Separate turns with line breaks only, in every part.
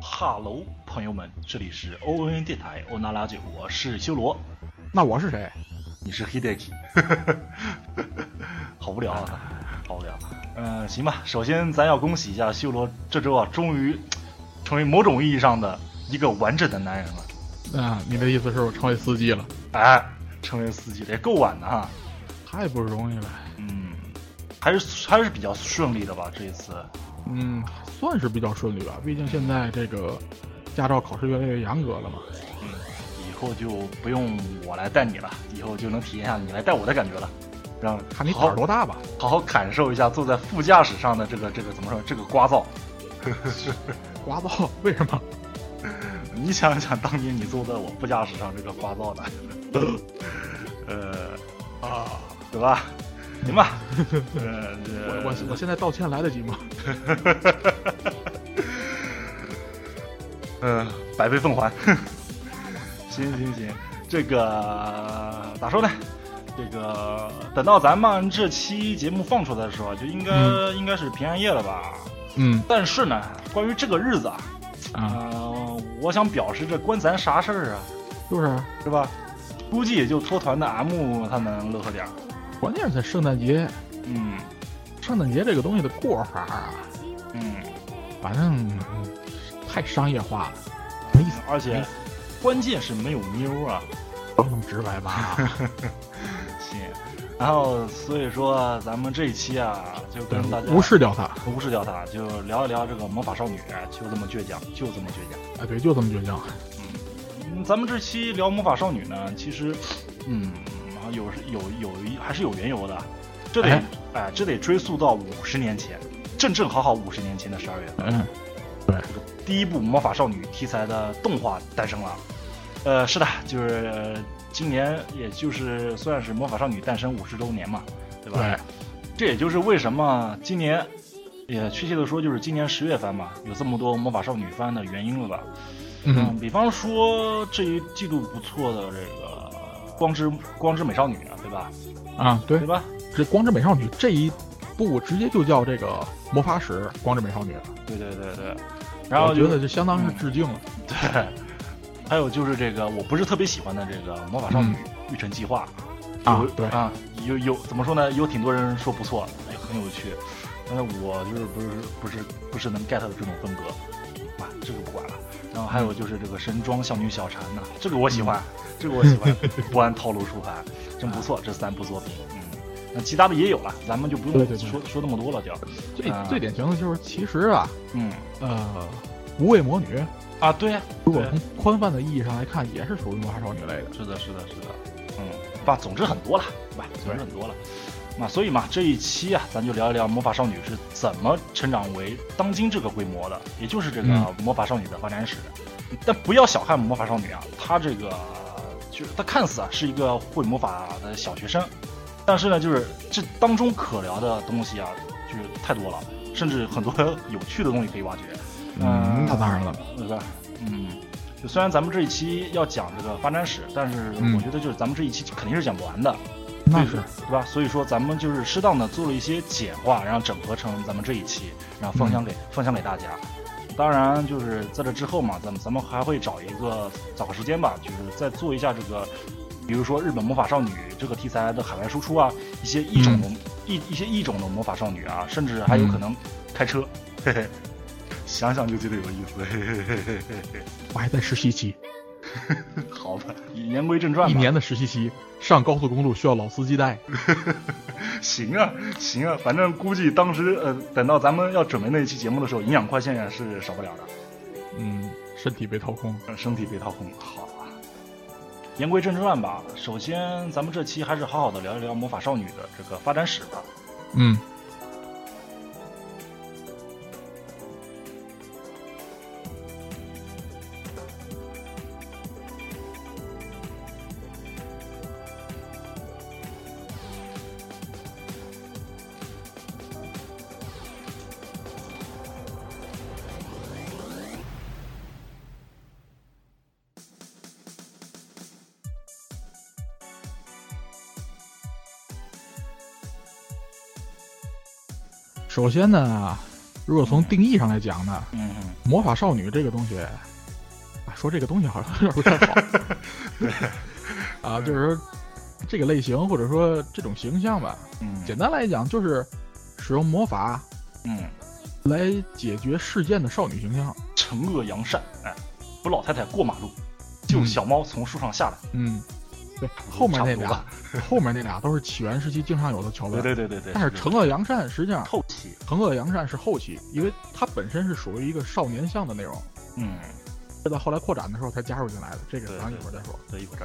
哈喽，朋友们，这里是 O N 电台欧娜拉姐，我是修罗，
那我是谁？
你是 Hideki，好无聊啊，
哎
好无聊。嗯、行吧，首先咱要恭喜一下修罗，这周啊，终于成为某种意义上的一个完整的男人了，
啊，你的意思是我成为司机了？
哎，成为司机了也够晚的哈。
太不容易了。
嗯，还是还是比较顺利的吧，这一次。
嗯，算是比较顺利吧，毕竟现在这个驾照考试越来越严格了嘛。
嗯，以后就不用我来带你了，以后就能体验一下你来带我的感觉了，让
看你胆
好
儿多大吧。
好好感受一下坐在副驾驶上的这个这个怎么说这个聒噪。
刮噪？ 为什么？
你想想，当年你坐在我副驾驶上这个聒噪的， 呃，
啊，
对吧？行 吧，呃，
我
这
我我现在道歉来得及吗？
嗯，百倍奉还。 行行行，这个咋说呢？这个等到咱们这期节目放出来的时候啊，就应该、
嗯
应该是平安夜了吧？
嗯
但是呢，关于这个日子啊，
啊，
呃，我想表示这关咱啥事儿啊，
就是啊，
是吧？估计也就脱团的 M 他们乐呵点儿。
关键是在圣诞节，
嗯
圣诞节这个东西的过法啊，
嗯，
反正嗯太商业化了，没意思。
而且
嗯
关键是没有妞啊。
甭那么直白 吧。
行，然后所以说咱们这一期啊，就跟大家
无视掉它。
无视掉它，就聊一聊这个魔法少女，就这么倔强，就这么倔强。
哎，对，就这么倔强。
嗯，咱们这期聊魔法少女呢，其实，嗯，有有有一还是有缘由的，这得哎
哎
这得追溯到五十年前，正正好好五十年前的十二月份，
嗯，
第一部魔法少女题材的动画诞生了。呃，是的，就是、呃今年，也就是算是魔法少女诞生五十周年嘛，对吧？
对，
这也就是为什么今年，也确切的说，就是今年十月番嘛，有这么多魔法少女番的原因了吧？
嗯，
比方说这一季度不错的这个《光之光之美少女》啊，对吧？
啊，对
对，吧？
这《光之美少女》这一部直接就叫这个魔法使《光之美少女》，
对对对对。然后
我觉
就
得这相当是致敬了。
对，还有就是这个我不是特别喜欢的这个《魔法少女育成计划》
嗯啊
有
对
啊，有有怎么说呢？有挺多人说不错，也很有趣，但是我就是不是不是不是能 get 的这种风格啊，这个不管了。然后还有就是这个神装少女小蝉呐、这个我喜欢，
嗯
这个我喜 欢，不按套路出牌，真不错，这三部作品，嗯，那其他的也有了，咱们就不用
对对对
说说那么多了，就，
最
啊
最典型的就是，其实啊，
嗯
呃，无畏魔女，
啊，对呀，
如果
对
从宽泛的意义上来看，也是属于魔法少女类的。
是的，是的，是的，嗯，吧，总之很多了，对吧？总之很多了。那所以嘛，这一期啊，咱就聊一聊魔法少女是怎么成长为当今这个规模的，也就是这个
嗯
魔法少女的发展史。但不要小看魔法少女啊，她这个就是她看似啊是一个会魔法的小学生，但是呢，就是这当中可聊的东西啊，就是太多了，甚至很多 有趣的东西可以挖掘。嗯
那当然了，
对吧？嗯，就虽然咱们这一期要讲这个发展史，但是
嗯
我觉得就是咱们这一期肯定是讲不完的，
那是
对吧？所以说咱们就是适当的做了一些简化，然后整合成咱们这一期，然后分
嗯
享给、分享给大家。当然，就是在这之后嘛，咱们咱们还会找一个找个时间吧，就是再做一下这个，比如说日本魔法少女这个题材的海外输出啊，一些异
嗯
种的、一一些异种的魔法少女啊，甚至还有可能开车，嘿嘿，想想就觉得有意思，嘿嘿嘿嘿嘿。
我还在实习期，
好吧，言归正传吧。
一年的实习期，上高速公路需要老司机带。
行啊，行啊，反正估计当时呃，等到咱们要准备那一期节目的时候，营养快线是少不了的，
嗯，身体被掏空。
呃身体被掏空。好啊，言归正传吧。首先，咱们这期还是好好的聊一聊魔法少女的这个发展史吧。
嗯，首先呢，如果从定义上来讲呢，
嗯嗯，
魔法少女这个东西，啊，说这个东西好像 有点不太好。对，
嗯
啊，就是说这个类型或者说这种形象吧，
嗯，
简单来讲就是使用魔法
嗯，
来解决事件的少女形象。
惩恶扬善，哎，扶老太太过马路，救
嗯
小猫从树上下来，
嗯，对，后面那俩
差，
后面那俩都是起源时期经常有的桥
对对
段。
对对对，
但是惩恶扬善实际上，
透气，
惩恶扬善是后期，因为它本身是属于一个少年向的内容，
嗯，
是在后来扩展的时候才加入进来的。这个
对
咱们
对
一会儿再说。
对，一会儿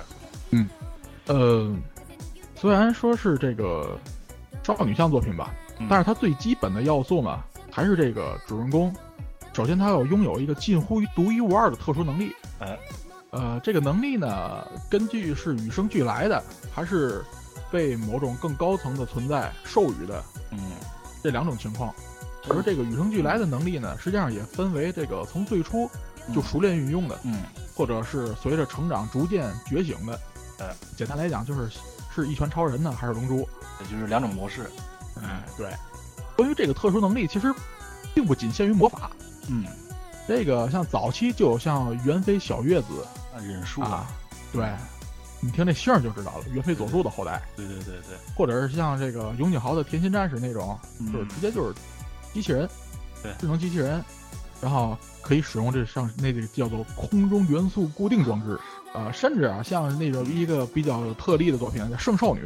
再说，
呃，虽然说是这个少女向作品吧，
嗯
但是它最基本的要素呢，还是这个主人公，首先他要拥有一个近乎于独一无二的特殊能力。
哎，
呃，这个能力呢，根据是与生俱来的，还是被某种更高层的存在授予的
嗯
这两种情况。而这个与生俱来的能力呢，实际上也分为这个从最初就熟练运用的，
嗯
或者是随着成长逐渐觉醒的。
哎，
简单来讲就是是一拳超人呢，还是龙珠？
也就是两种模式，
嗯，对。关于这个特殊能力，其实并不仅限于魔法。
嗯，
这个像早期就有像猿飞小月子
啊忍术
啊，，对，你听这姓儿就知道了，猿飞佐助的后代，
对对对对，
或者是像这个永井豪的甜心战士那种，
嗯
就是直接就是机器人，
对
智能机器人，然后可以使用这上那这个叫做空中元素固定装置，呃，甚至啊，像那种一个比较特例的作品叫《圣少女》，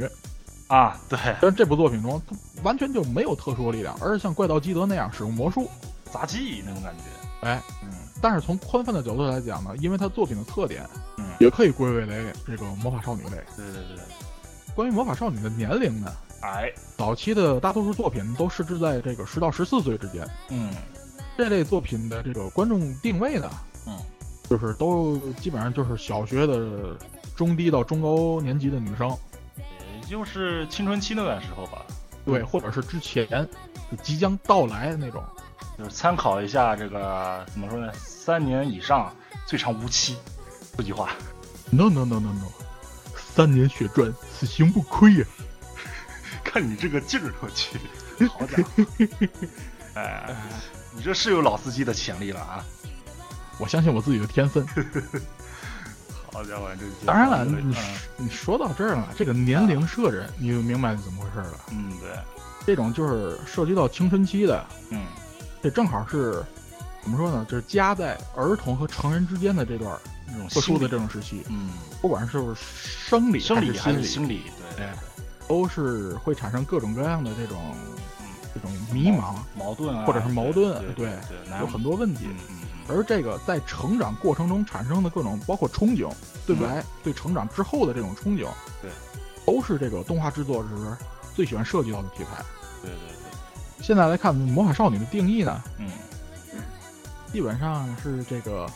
啊，对，
但是这部作品中它完全就没有特殊的力量，而是像怪盗基德那样使用魔术。
杂技那种感觉，
哎，
嗯
但是从宽泛的角度来讲呢，因为它作品的特点，
嗯，
也可以归为类这个魔法少女类。
对对对，
关于魔法少女的年龄呢，
哎，
早期的大多数作品都设置在这个十到十四岁之间。
嗯
这类作品的这个观众定位呢，
嗯，
就是都基本上就是小学的中低到中高年级的女
嗯
生，
也就是青春期那段时候吧，
对，或者是之前就即将到来的那种。
就是参考一下这个怎么说呢，三年以上最长无期，这句话，
No no no no no，三年血赚，此行不亏呀、
看你这个劲儿，我去，好家 伙，哎，你这是有老司机的潜力了啊！
我相信我自己的天分。
好家伙，这嗯
当然了，你你说到这儿了，这个年龄设置，你就明白是怎么回事了。
嗯对，
这种就是涉及到青春期的，
嗯
这正好是怎么说呢？就是夹在儿童和成人之间的这段
那种
特殊的
心理
这种时期，
嗯
不管是不是生理
生理还
还
是
是心
心
理，
理对
哎都是会产生各种各样的这种
嗯
这种迷茫，
矛盾啊
或者是矛盾
对
对
对难
有很多问题。
嗯嗯嗯
而这个在成长过程中产生的各种，包括憧憬、对未来、对成长之后的这种憧憬，
嗯对，
都是这个动画制作时最喜欢涉及到的题材。
对对对
现在来看《魔法少女》的定义呢，
嗯
基本上是这个，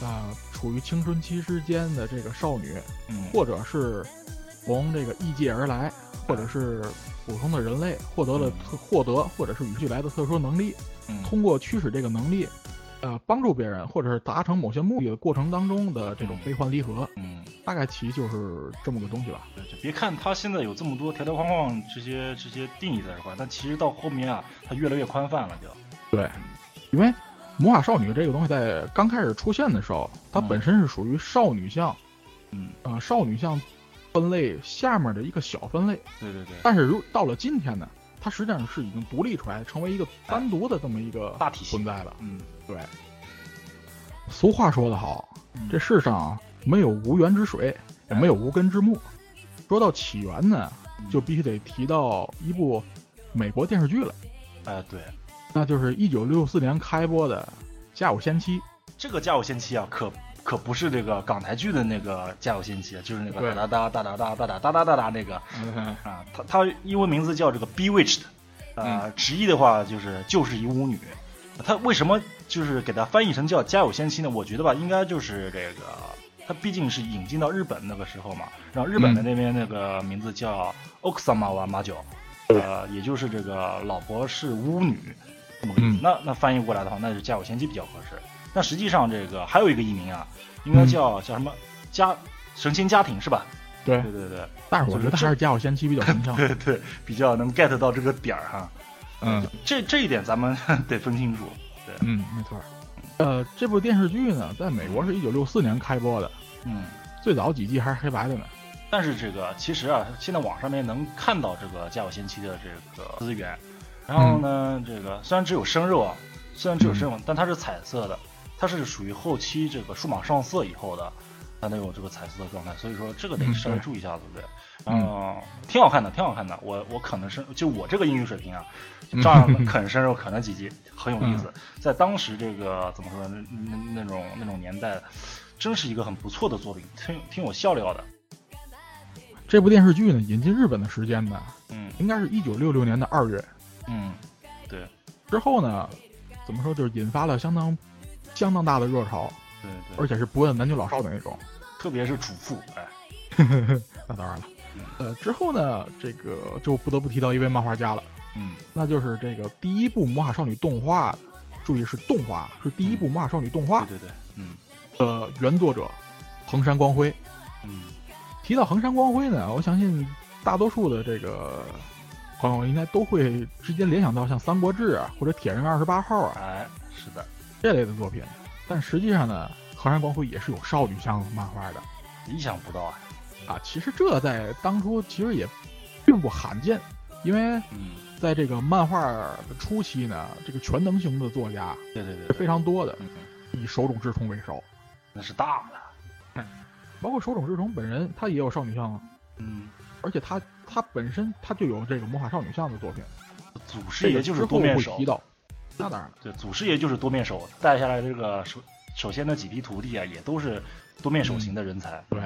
呃，处于青春期之间的这个少女，
嗯
或者是从这个异界而来，或者是普通的人类获得了特获得或者是与生俱来的特殊能力，
嗯
通过驱使这个能力，呃，帮助别人或者是达成某些目的的过程当中的这种悲欢离合，
嗯
大概其就是这么个东西吧。
对，就别看它现在有这么多条条框框这些这些定义在这块儿，但其实到后面啊，它越来越宽泛了就。
对，因为魔法少女这个东西在刚开始出现的时候，它
嗯
本身是属于少女向，
嗯，
呃，少女向分类下面的一个小分类。
对对对，
但是如到了今天呢，它实际上是已经独立出来，成为一个单独的这么一个
大体系
存在了。
嗯
对，俗话说得好，
嗯
这世上没有无源之水，也没有无根之木。说到起源呢，就
嗯
必须得提到一部美国电视剧了，
哎对，
那就是一九六四年开播的《家有仙妻》。
这个《家有仙妻》啊，可可不是这个港台剧的那个《家有仙妻》，啊，就是那
对
个哒哒哒哒哒哒哒哒哒哒哒那个啊，它它英文名字叫这个 Bewitched，呃，
嗯
直译的话就是就是一巫女。它为什么就是给它翻译成叫《家有仙妻》呢？我觉得吧，应该就是这个，它毕竟是引进到日本那个时候嘛，然后日
嗯
本的那边那个名字叫 Oksama wa Majo，、呃，也就是这个老婆是巫女这么个意思。
嗯
那那翻译过来的话，那就《家有仙妻》比较合适。那实际上这个还有一个译名啊，应
嗯
该叫、叫什么家神仙家庭是吧？
对，
对对对。
但是我觉得还是《家有仙妻》比较形象。
对对，比较能 get 到这个点儿哈。
嗯
这这一点咱们 得分清楚。
嗯，没错儿。呃，这部电视剧呢，在美国是一九六四年开播的，
嗯，
最早几季还是黑白的呢。
但是这个其实啊，现在网上面能看到这个《家有仙妻》的这个资源。然后
嗯
呢，这个虽然只有生肉啊，虽然只有生肉，但它是彩色的，它是属于后期这个数码上色以后的，它能有这个彩色的状态。所以说这个得
嗯
稍微
对
注意一下，对不对？
嗯
嗯，挺好看的，挺好看的。我我可能是就我这个英语水平啊，就照样
嗯
啃生肉啃了几集，很有意思。在当时这个怎么说呢那那那种那种年代，真是一个很不错的作品，挺挺有笑料的。
这部电视剧呢，引进日本的时间呢，
嗯
应该是一九六六年的二月。
嗯。
之后呢，怎么说，就是引发了相当相当大的热潮，
对对，
而且是不问男女老少的那种。
特别是主妇，哎，
那当然了
嗯，
呃，之后呢，这个就不得不提到一位漫画家了，
嗯
那就是这个第一部《魔法少女》动画，注意是动画，是第一部《魔法少女》动画
对对对，嗯
的原作者横山光辉。
嗯
提到横山光辉呢，我相信大多数的这个朋友应该都会直接联想到像《三国志》啊，或者《铁人二十八号》啊
哎，是的，
这类的作品，但实际上呢，横山光辉也是有少女向漫画的
意想不到啊，
啊。其实这在当初其实也并不罕见，因为
嗯，
在这个漫画的初期呢，这个全能型的作家
对对对
是非
对，
常多的，
嗯，
以手冢治虫为首，
那是大的，
包括手冢治虫本人，他也有少女向，啊
嗯，
而且他他本身他就有这个魔法少女向的作品。
祖师
这
爷
个
就是
之
多
后
面
会
手
提，到，那当然了，
对，祖师爷就是多面手，带下来这个首首先的几批徒弟啊，也都是多面手型的人才，
对。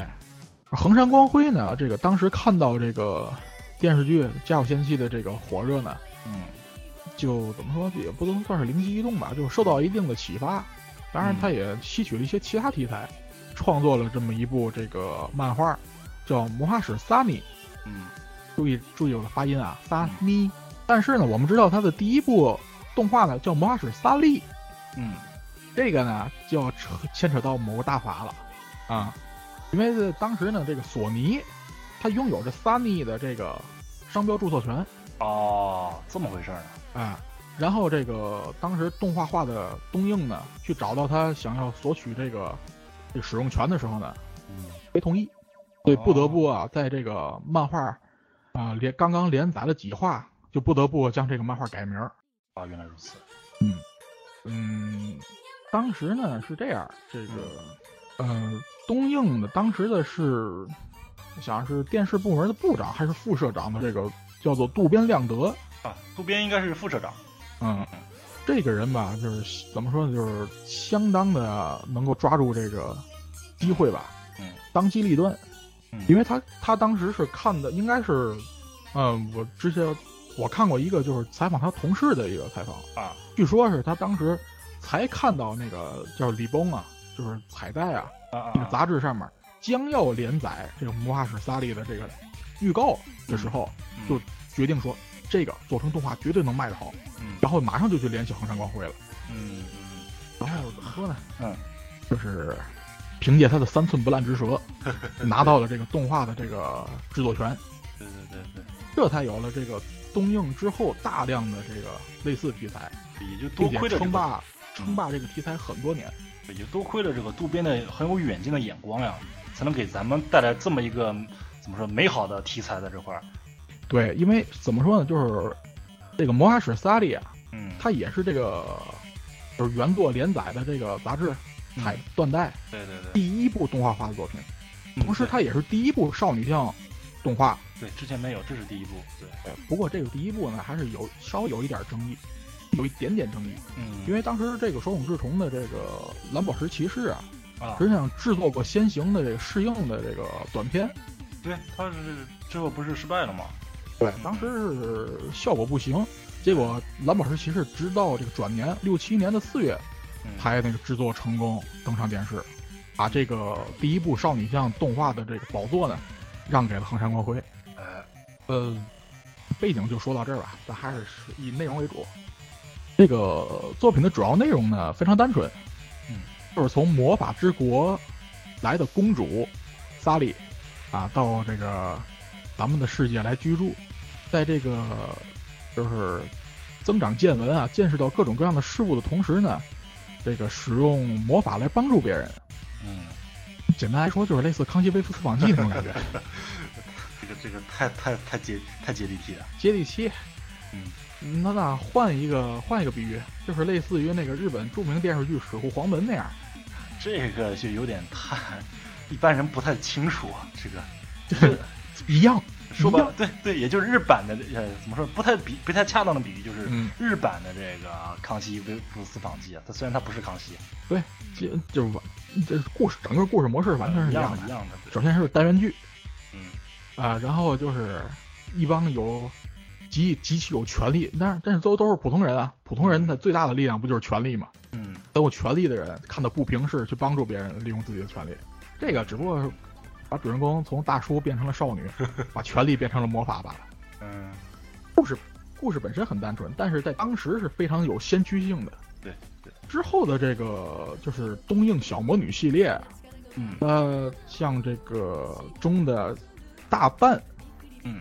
横山光辉呢，这个当时看到这个电视剧《家有仙妻》的这个火热呢，
嗯
就怎么说也不能算是灵机一动吧，就受到一定的启发。当然，他也吸取了一些其他题材，创作了这么一部这个漫画，叫《魔法使萨尼》。
嗯
注意注意我的发音啊，萨
嗯
尼。但是呢，我们知道他的第一部动画呢叫《魔法使萨利》，
嗯，
这个呢就要扯牵扯到某个大法了啊，因为这当时呢，这个索尼它拥有着 Sony 的这个商标注册权
哦，这么回事儿呢，
啊，然后这个当时动画化的东映呢，去找到他想要索取这个这个使用权的时候呢，
嗯
没同意，所以
哦
不得不啊，在这个漫画啊连刚刚连载了几话，就不得不将这个漫画改名儿。
啊，原来如此，
嗯，当时呢是这样，这个，呃，东映的当时的是，我想是电视部门的部长还是副社长的这个叫做渡边亮德，
啊，渡边应该是副社长，
嗯，这个人吧，就是怎么说呢，就是相当的能够抓住这个机会吧，
嗯，
当机立断，
嗯
因为他他当时是看的应该是，嗯，我之前我看过一个就是采访他同事的一个采访。
啊，
据说是他当时才看到那个叫李崩啊，就是彩带啊，
啊啊
这个，杂志上面将要连载这个《魔法使萨利》的这个预告的时候，
嗯
就决定说这个做成动画绝对能卖得好，
嗯
然后马上就去联系横山光辉了。
嗯嗯
然后怎么说呢？
嗯，
就是凭借他的三寸不烂之 舌，拿到了这个动画的这个制作权，
嗯，对对对对。
这才有了这个东映之后大量的这个类似题材，
也就多
并
亏
且
了这个
称霸称霸这个题材很多年。
也就多亏了这个渡边的很有远见的眼光呀，才能给咱们带来这么一个怎么说美好的题材在这块儿。
对，因为怎么说呢，就是这个《魔法使萨利》啊，
嗯，
它也是这个就是原作连载的这个杂志
嗯
《彩缎带》
对对对，
第一部动画化的作品，
嗯
同时
对
它也是第一部少女向动画。
对之前没有，这是第一部。对，
呃不过这个第一部呢，还是有稍微有一点争议，有一点点争议，
嗯，
因为当时这个手冢治虫的这个《蓝宝石骑士》啊，
啊，
实际上制作过先行的这个适应的这个短片，
对，他是最后不是失败了吗？
对，当时是效果不行，结果《蓝宝石骑士》直到这个转年六七年的四月
嗯，
才那个制作成功登上电视，把这个第一部少女向动画的这个宝座呢，让给了横山光辉。
呃，
呃，背景就说到这儿吧，咱还是以内容为主。这个作品的主要内容呢非常单纯，
嗯，
就是从魔法之国来的公主萨莉啊，到这个咱们的世界来居住，在这个就是增长见闻啊，见识到各种各样的事物的同时呢，这个使用魔法来帮助别人。
嗯，
简单来说，就是类似《康熙微服私访记》那种感觉，
这个这个太太太接太接地气了。
接地气。
嗯
那那换一个换一个比喻，就是类似于那个日本著名电视剧《水户黄门》那样，
这个就有点太，一般人不太清楚啊。这个
就是一样。
说白
一
了
样，
对对，也就是日版的呃，怎么说不太比不太恰当的比喻，就是
嗯
日版的这个《康熙微服私访记》啊。它虽然它不是康熙，
对，就就是完，这故事整个故事模式完全是
一
一样
样
的
一。样的。
首先是单元剧
嗯
啊、然后就是一帮有极极其有权力，但是但是都都是普通人啊，普通人的最大的力量不就是权力嘛？
嗯
等有权力的人看到不平事去帮助别人，利用自己的权力，这个只不过是把主人公从大叔变成了少女，把权力变成了魔法罢了。
嗯，
故事本身很单纯，但是在当时是非常有先驱性的。
对对，
之后的这个就是东映小魔女系列，
嗯
呃，像这个中的大半
嗯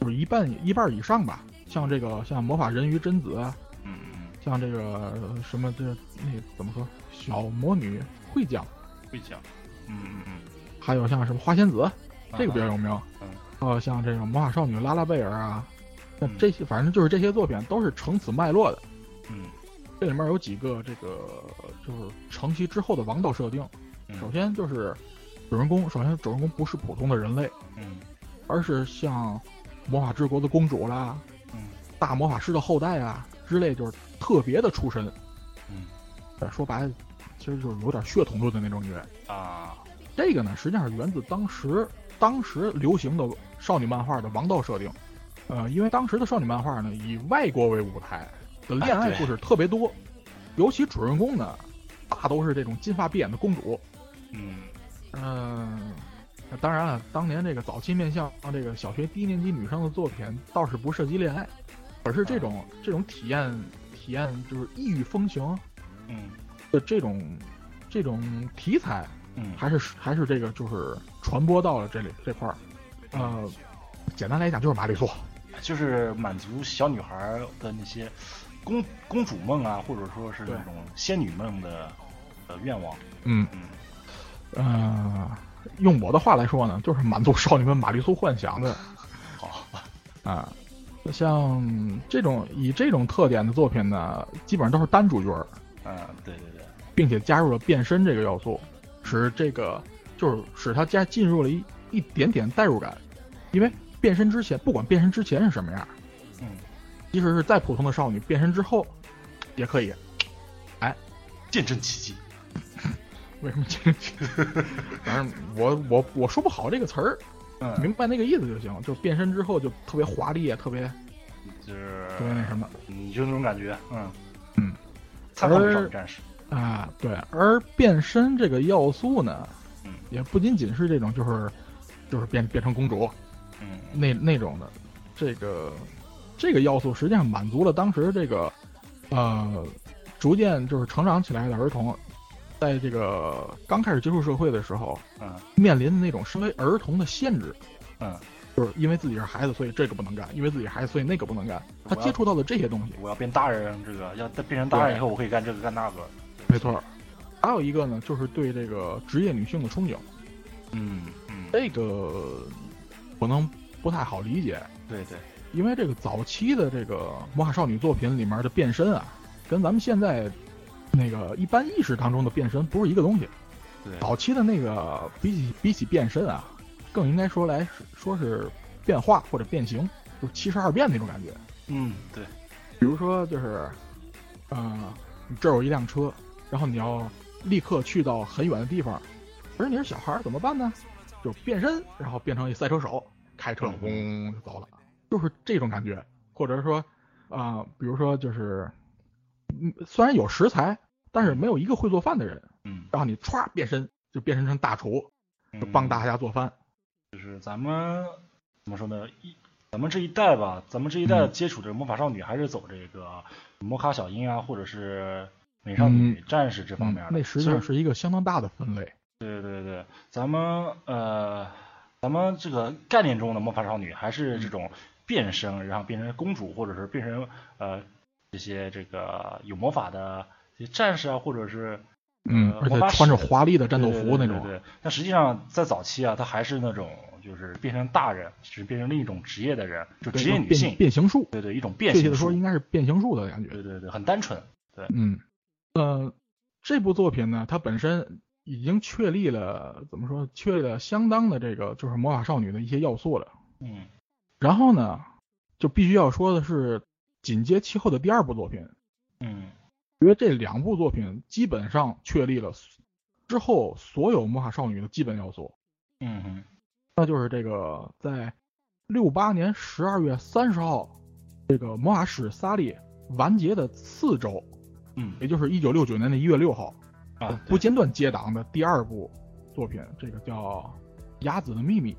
就是一半一半以上吧，像这个像魔法人鱼贞子啊，
嗯嗯，
像这个呃什么这那个怎么说小魔女会讲，
会讲。嗯嗯嗯，
还有像什么花仙子，这个比较有名。
嗯
还有像这个魔法少女拉拉贝尔啊，那
嗯
这些反正就是这些作品都是承此脉络的。
嗯
这里面有几个这个就是承袭之后的王道设定，
嗯，
首先就是主人公，首先主人公不是普通的人类，
嗯
而是像魔法之国的公主啦，
嗯
大魔法师的后代啊之类，就是特别的出身。
嗯
呃说白了，其实就是有点血统论的那种女人。
啊
这个呢，实际上是源自当时当时流行的少女漫画的王道设定。呃，因为当时的少女漫画呢，以外国为舞台的恋
哎
爱
对
故事特别多，尤其主人公呢，大都是这种金发碧眼的公主。
嗯
嗯、那当然了，当年这个早期面向这个小学低年级女生的作品，倒是不涉及恋爱，而是这种这种体验体验就是异域风情
嗯
的这种这种题材，
嗯，
还是还是这个就是传播到了这里这块儿。呃，简单来讲就是玛丽苏，
就是满足小女孩儿的那些公公主梦啊，或者说是
对
那种仙女梦的呃愿望。
嗯
嗯
呃，用我的话来说呢，就是满足少女们玛丽苏幻想的
好，
啊。像这种以这种特点的作品呢，基本上都是单主角儿，
嗯，对对对，
并且加入了变身这个要素，使这个就是使它加进入了一一点点代入感，因为变身之前，不管变身之前是什么样，
嗯，
即使是再普通的少女，变身之后也可以。
见证奇迹。
为什么这个？ 反正我我我说不好这个词儿，
嗯，
明白那个意思就行了。就是变身之后就特别华丽啊，特别
就是
特别那什么
你就那种感觉，嗯
嗯，
参考美少
而
女战士，
啊，对。而变身这个要素呢
嗯，
也不仅仅是这种，就是就是变变成公主，
嗯
那那种的，这个这个要素实际上满足了当时这个呃逐渐就是成长起来的儿童，在这个刚开始接触社会的时候
嗯
面临的那种身为儿童的限制，
嗯，
就是因为自己是孩子，所以这个不能干；因为自己是孩子，所以那个不能干。他
我要
接触到的这些东西，
我要变大人，这个要变成大人以后，我可以干这个干那个。
没错。还有一个呢，就是对这个职业女性的憧憬，
嗯嗯，
这个可能不太好理解，
对对，
因为这个早期的这个魔法少女作品里面的变身啊，跟咱们现在那个一般意识当中的变身不是一个东西。
对
早期的那个比起比起变身啊，更应该说来说是变化或者变形，就是七十二变那种感觉。
嗯对，
比如说就是，呃，你这儿有一辆车，然后你要立刻去到很远的地方，可是你是小孩儿怎么办呢？就变身，然后变成一赛车手，开车轰就走了，就是这种感觉。或者说，啊、比如说就是，嗯，虽然有食材，但是没有一个会做饭的人，
嗯，
然后你歘变身就变身成大厨，就
嗯
帮大家做饭。
就是咱们怎么说呢？一咱们这一代吧，咱们这一代
嗯
接触这个魔法少女还是走这个魔卡小樱啊，或者是美少
嗯
女战士这方面的。
那实际
所以
上是一个相当大的分类。
对对对，咱们呃，咱们这个概
嗯
念中的魔法少女还是这种变身，然后变成公主，或者是变成呃这些这个有魔法的这些战士啊，或者是
嗯，
呃
而且
魔法
穿着
使
华丽的战斗
对对
服那
对
种
对，对但实际上在早期啊，他还是那种就是变成大人，就是变成另一种职业的人，就
对
职业
那种
女
变
性，
变形术，
对对，一种变
确切
性
的说
术
应该是变形术的感觉。
对对对，很单纯，
嗯，呃，这部作品呢，它本身已经确立了怎么说，确立了相当的这个就是魔法少女的一些要素了。
嗯
然后呢，就必须要说的是，紧接其后的第二部作品，
嗯
因为这两部作品基本上确立了之后所有魔法少女的基本要素，
嗯哼
那就是这个在六八年十二月三十号，这个魔法使萨利完结的次周，
嗯
也就是一九六九年的一月六号，
啊，
不
对
间断接档的第二部作品，这个叫《鸭子的秘密》。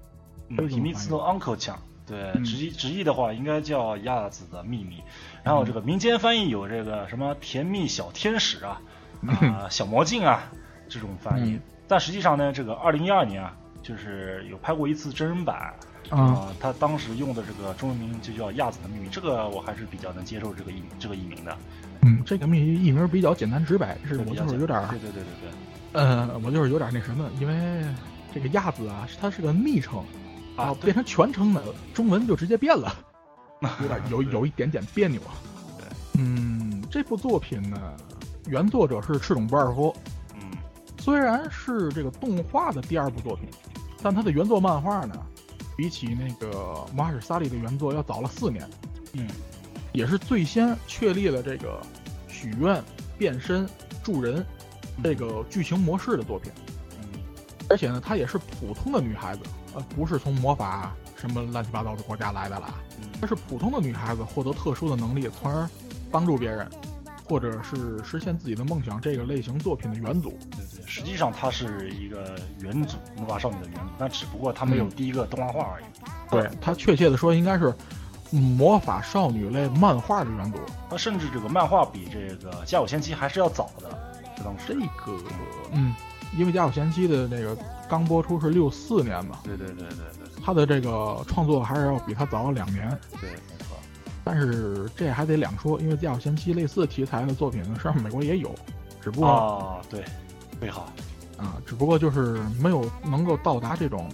嗯，
为什
秘
么
密
翻
斯
译
诺 uncle 强，对，
嗯
直译直译的话应该叫亚子的秘密，然后这个民间翻译有这个什么甜蜜小天使 啊，啊、小魔镜啊这种翻译，
嗯
但实际上呢，这个二零一二年啊，就是有拍过一次真人版。
啊，
啊，他当时用的这个中文名就叫《亚子的秘密》，这个我还是比较能接受这个译这个译名的。
嗯，这个秘密译名比较简单直白，是
这比
我就
较
是
简
有点
单
儿
对对对对对
呃，我就是有点那什么，因为这个鸭子啊，它是个昵称，然后
啊，
变成全称呢，中文就直接 变了，有点有有一点点别扭啊。
对，
嗯，这部作品呢，原作者是赤冢不二夫，
嗯
虽然是这个动画的第二部作品，但它的原作漫画呢，比起那个《马尔萨利》的原作要早了四年，
嗯
也是最先确立了这个许愿、变身、助人这个剧情模式的作品。
嗯
而且呢，她也是普通的女孩子，呃，不是从魔法什么乱七八糟的国家来的啦，她
嗯
是普通的女孩子获得特殊的能力，从而帮助别人，或者是实现自己的梦想。这个类型作品的元祖，
对对，实际上它是一个元祖魔法少女的元祖，但只不过它没有
嗯
第一个动画化而已。
对她确切的说应该是魔法少女类漫画的元祖。
它甚至这个漫画比这个《家有仙妻》还是要早的，这当
这
时。
个，嗯，因为《家有贤妻》的那个刚播出是六四年嘛，
对对对对对
她的这个创作还是要比她早两年。
对，没错。
但是这还得两说，因为《家有贤妻》类似题材的作品实际上美国也有，只不过啊、
啊，对，对好，
只不过就是没有能够到达这种，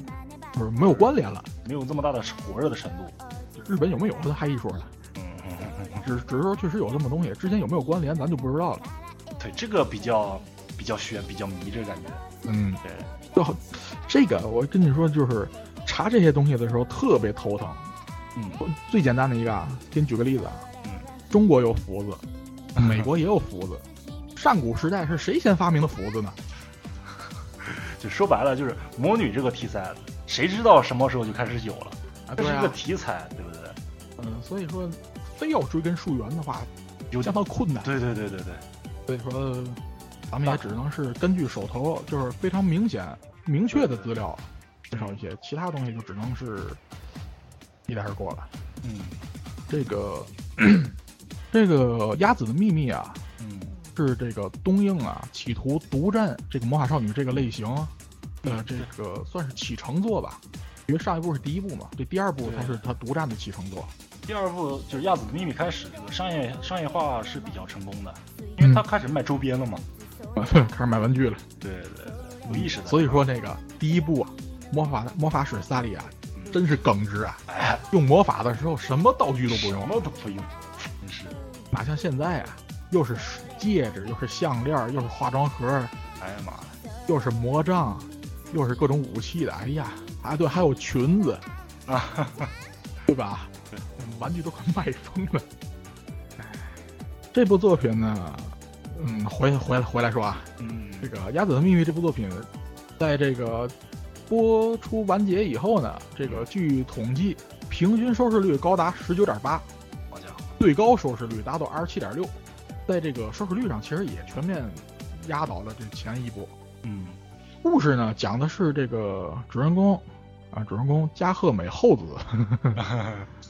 就是没有关联了。
没有这么大的火热的程度。
日本有没有它还一说呢，
嗯嗯嗯嗯
只只是说确实有这么东西，之前有没有关联咱就不知道了。
嗯，对，这个比较比较悬，比较迷这个感觉。
嗯，
对，
就好这个我跟你说，就是查这些东西的时候特别头疼。
嗯
最简单的一个啊，给你举个例子啊，
嗯
中国有福子， 美国也有福子，上古时代是谁先发明的福子呢？
就说白了，就是魔女这个题材，谁知道什么时候就开始有了？
啊，
这
对
是一
啊
个，题材，对不对？
嗯，所以说非要追根溯源的话，
有
相当困难。
对对对对对，
所以说，咱们也只能是根据手头就是非常明显、明确的资料介绍一些，其他东西就只能是一带而过了。
嗯
这 个这个鸭子的秘密啊，
嗯
是这个东映啊企图独占这个魔法少女这个类型，呃，这个算是启程作吧。因为上一部是第一部嘛，这第二部
对
它是它独占的启程作。
第二部就是《亚子的秘密》开始，这个商业商业化是比较成功的，因为它开始卖周边了嘛。
开始买玩具了，
对对对，有意识的。
所以说那个第一部啊，魔法魔法使萨利啊，
嗯
真是耿直啊！
哎，
用魔法的时候什么道具都不
什
用，
么都不用，真是
哪像现在啊，又是戒指，又是项链，又是化妆盒，
哎呀妈呀！
又是魔杖，又是各种武器的。哎呀，啊对，还有裙子，
啊，哈哈
对吧
对？
玩具都快卖疯了。这部作品呢，嗯，回回来回来说啊，
嗯
这个《鸭子的秘密》这部作品，在这个播出完结以后呢，这个据统计，平均收视率高达十九点八，
好家伙，
最高收视率达到二十七点六，在这个收视率上其实也全面压倒了这前一部。
嗯
故事呢讲的是这个主人公啊，主人公加贺美厚子，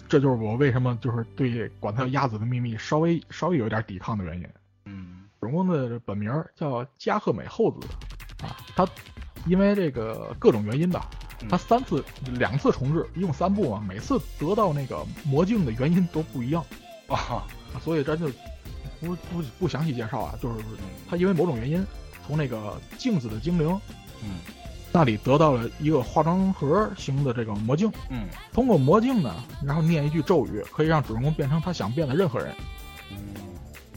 这就是我为什么就是对管他叫鸭子的秘密稍微稍微有一点抵抗的原因。
嗯
主人公的本名叫加贺美厚子啊，他因为这个各种原因吧，
嗯
他三次两次重置，一共三部嘛，每次得到那个魔镜的原因都不一样，
啊，
啊所以咱就不不不详细介绍啊，就是他因为某种原因，从那个镜子的精灵
嗯
那里得到了一个化妆盒型的这个魔镜，
嗯
通过魔镜呢，然后念一句咒语，可以让主人公变成他想变的任何人。
嗯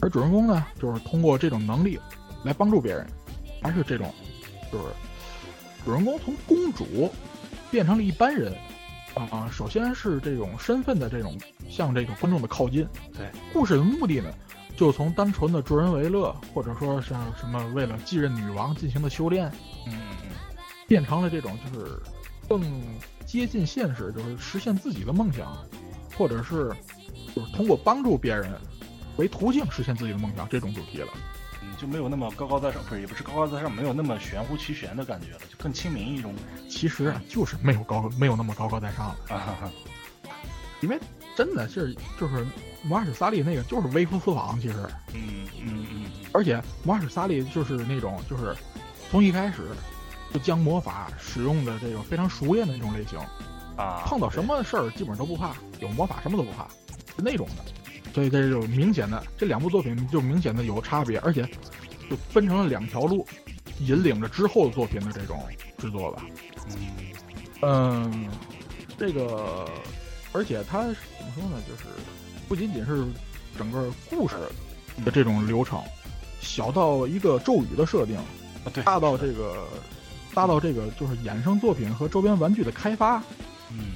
而主人公呢，就是通过这种能力来帮助别人，还是这种，就是主人公从公主变成了一般人啊、首先是这种身份的这种向这个观众的靠近，
对
故事的目的呢，就从单纯的助人为乐，或者说像什么为了继任女王进行的修炼，
嗯嗯
变成了这种就是更接近现实，就是实现自己的梦想，或者是就是通过帮助别人为途径实现自己的梦想这种主题了。
嗯，就没有那么高高在上，不是也不是高高在上，没有那么玄乎其玄的感觉了，就更亲民一种
其实啊，就是没有高没有那么高高在上了，
啊哈哈。
因为真的是就是摩尔史萨利那个就是微服私访，其实
嗯嗯嗯
而且摩尔史萨利就是那种就是从一开始就将魔法使用的这种非常熟练的那种类型。
嗯啊，
碰到什么事儿基本都不怕，有魔法什么都不怕，是那种的。所以这就明显的，这两部作品就明显的有差别，而且就分成了两条路，引领着之后的作品的这种制作吧。
嗯
嗯，这个，而且它是怎么说呢？就是不仅仅是整个故事的这种流程，小到一个咒语的设定，
啊对，
大到这个，大到这个就是衍生作品和周边玩具的开发，
嗯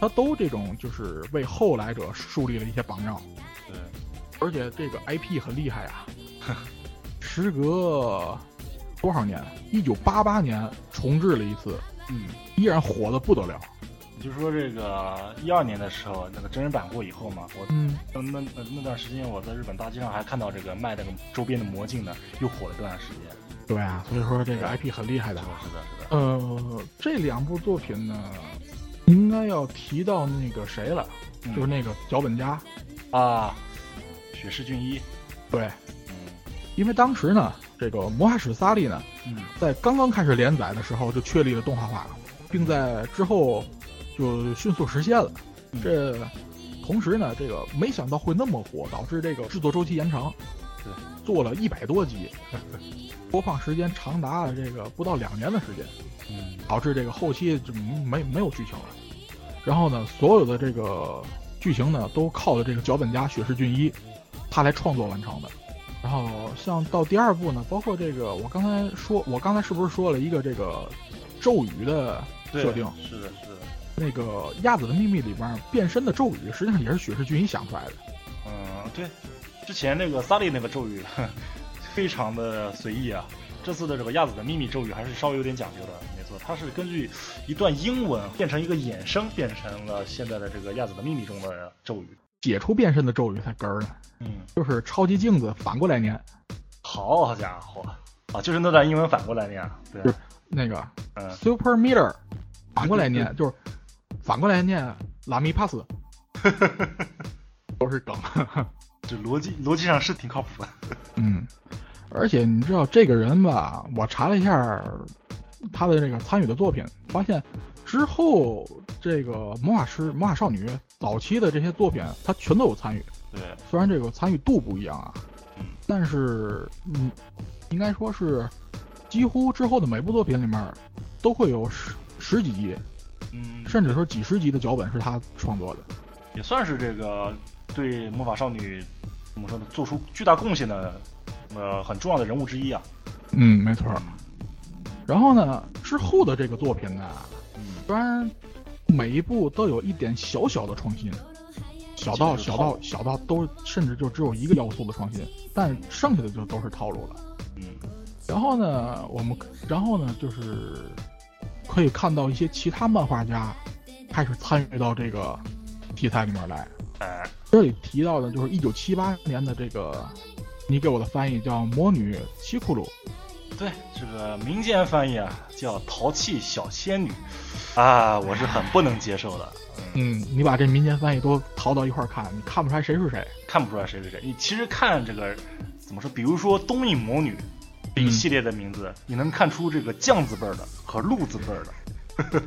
他都这种就是为后来者树立了一些榜样，
对，
而且这个 IP 很厉害啊， 时隔多少年？一九八八年重置了一次，
嗯，
依然火的不得了。
你就说这个一二年的时候，那个真人版过以后嘛，我
嗯，
那那那那段时间我在日本大街上还看到这个卖那个周边的魔镜呢，又火了这段时间。
对啊，所以说这个 IP 很厉害
是
的啊
的。，是的，是的。
呃，这两部作品呢，应该要提到那个谁了，
嗯
就是那个脚本家。
啊，雪士俊一，
对，
嗯
因为当时呢，这个《魔法使萨利》呢，
嗯
在刚刚开始连载的时候就确立了动画化，并在之后就迅速实现了。
嗯
这同时呢，这个没想到会那么火，导致这个制作周期延长，
对，
做了一百多集， 播放时间长达了这个不到两年的时间，
嗯
导致这个后期就没没有剧情了。然后呢，所有的这个剧情呢，都靠着这个脚本家雪士俊一，他来创作完成的。然后像到第二部呢，包括这个我刚才说，我刚才是不是说了一个这个咒语的
对
设定？
是的，是的，
那个《鸭子的秘密》里边变身的咒语，实际上也是雪士俊一想出来的。
嗯，对，之前那个萨利那个咒语呵呵非常的随意啊，这次的这个亚子的秘密咒语还是稍微有点讲究的，没错，它是根据一段英文变成一个衍生，变成了现在的这个亚子的秘密中的咒语。
解除变身的咒语才哏儿呢，
嗯，
就是超级镜子反过来念，
好家伙啊，就是那段英文反过来念啊，对，
是那个
嗯
Super Meter 反过来
对
念，就是反过来念拉米帕 斯，都是梗。
这逻辑逻辑上是挺靠谱的。
嗯，而且你知道这个人吧？我查了一下他的这个参与的作品，发现之后这个魔法师、魔法少女早期的这些作品，他全都有参与。
对，
虽然这个参与度不一样啊
嗯，
但是嗯，应该说是几乎之后的每部作品里面都会有十十几集，
嗯，
甚至说几十集的脚本是他创作的。
也算是这个对魔法少女怎么说呢，做出巨大贡献的呃很重要的人物之一啊。
嗯，没错。然后呢，之后的这个作品呢，
嗯，
虽然每一部都有一点小小的创新，小到
就是
小
套
到小到都甚至就只有一个要素的创新，但剩下的就都是套路了。
嗯
然后呢，我们然后呢，就是可以看到一些其他漫画家开始参与到这个题材里面来。
哎，
这里提到的就是一九七八年的这个，你给我的翻译叫《魔女西库鲁》。
对，这个民间翻译啊叫淘气小仙女啊，我是很不能接受的，
嗯，你把这民间翻译都淘到一块儿看，你看不出来谁是谁。
看不出来谁是谁。你其实看这个怎么说，比如说东印魔女。这一
嗯
系列的名字，你能看出这个酱字辈儿的和鹿字辈儿的，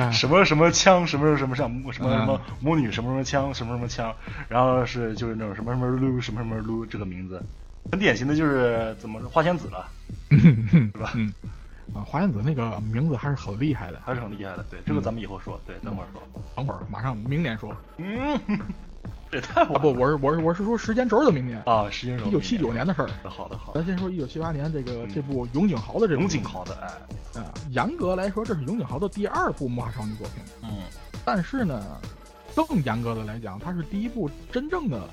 哎
什么什么枪，什么什么什么什么什么
嗯
母女，什么什么枪，什么什么枪，然后是就是那种什么什么撸，什么什么撸这个名字，很典型的就是怎么说花仙子了，
是
吧
嗯，啊，花仙子那个名字还是很厉害的。
还是很厉害的。对，这个咱们以后说，对，等会儿说。
等会儿马上明年说，
嗯， 这也太
啊
晚
不，
了
我是我是我是说时间轴的明年，
啊！时间轴
一九七九年的事儿。
好的好的，
咱先说一九七八年这个
嗯
这部永井豪的这部
龙井豪的哎，
啊，严格来说这是永井豪的第二部魔法少女作品，
嗯
但是呢，更严格的来讲，它是第一部真正的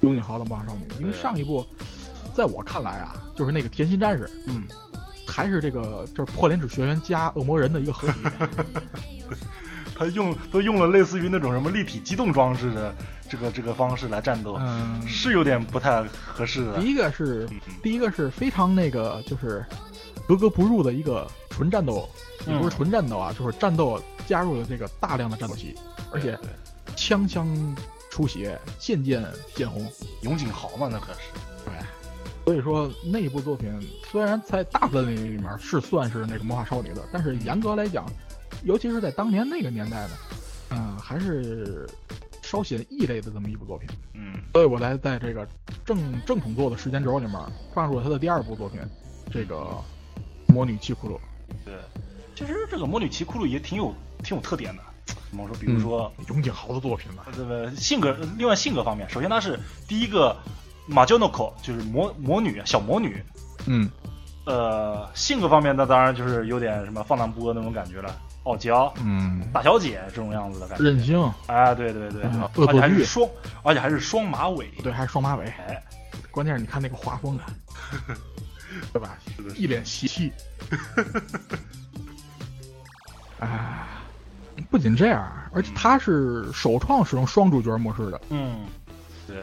永井豪的魔法少女，因为
对啊
上一部，在我看来啊，就是那个甜心战士
嗯，
还是这个就是破脸纸学员加恶魔人的一个合体，
他用都用了类似于那种什么立体机动装置的这个这个方式来战斗，
嗯，
是有点不太合适的
第。一个是
嗯
第一个是非常那个就是格格不入的一个纯战斗，也
嗯
不是纯战斗啊，就是战斗加入了这个大量的战斗戏，而且
对
枪枪出血，剑剑见红。
永井豪嘛，那可是
对，所以说那一部作品虽然在大部分领域里面是算是那个魔法少女的，但是严格来讲，尤其是在当年那个年代呢，嗯，还是稍显异类的这么一部作品。
嗯
所以我来在这个正正统作的时间轴里面放入了他的第二部作品，这个《魔女奇库洛》。
对，其实这个魔女奇库鲁也挺有挺有特点的。嗯怎么说？比如说，
永井豪的作品吧，
这个性格，另外性格方面，首先她是第一个马娇诺口，就是魔魔女小魔女，
嗯，
呃，性格方面，那当然就是有点什么放荡不羁那种感觉了，傲娇、
嗯，
大小姐这种样子的感觉。
任性，
哎，对对对，
嗯
而
恶
且
作
还
剧
是双，而且还是双马尾。
对，还是双马尾，
哎，
关键是你看那个 画风啊，对吧？
是的，
一脸邪 气。哎，不仅这样，而且他是首创使用双主角模式的，
嗯，对，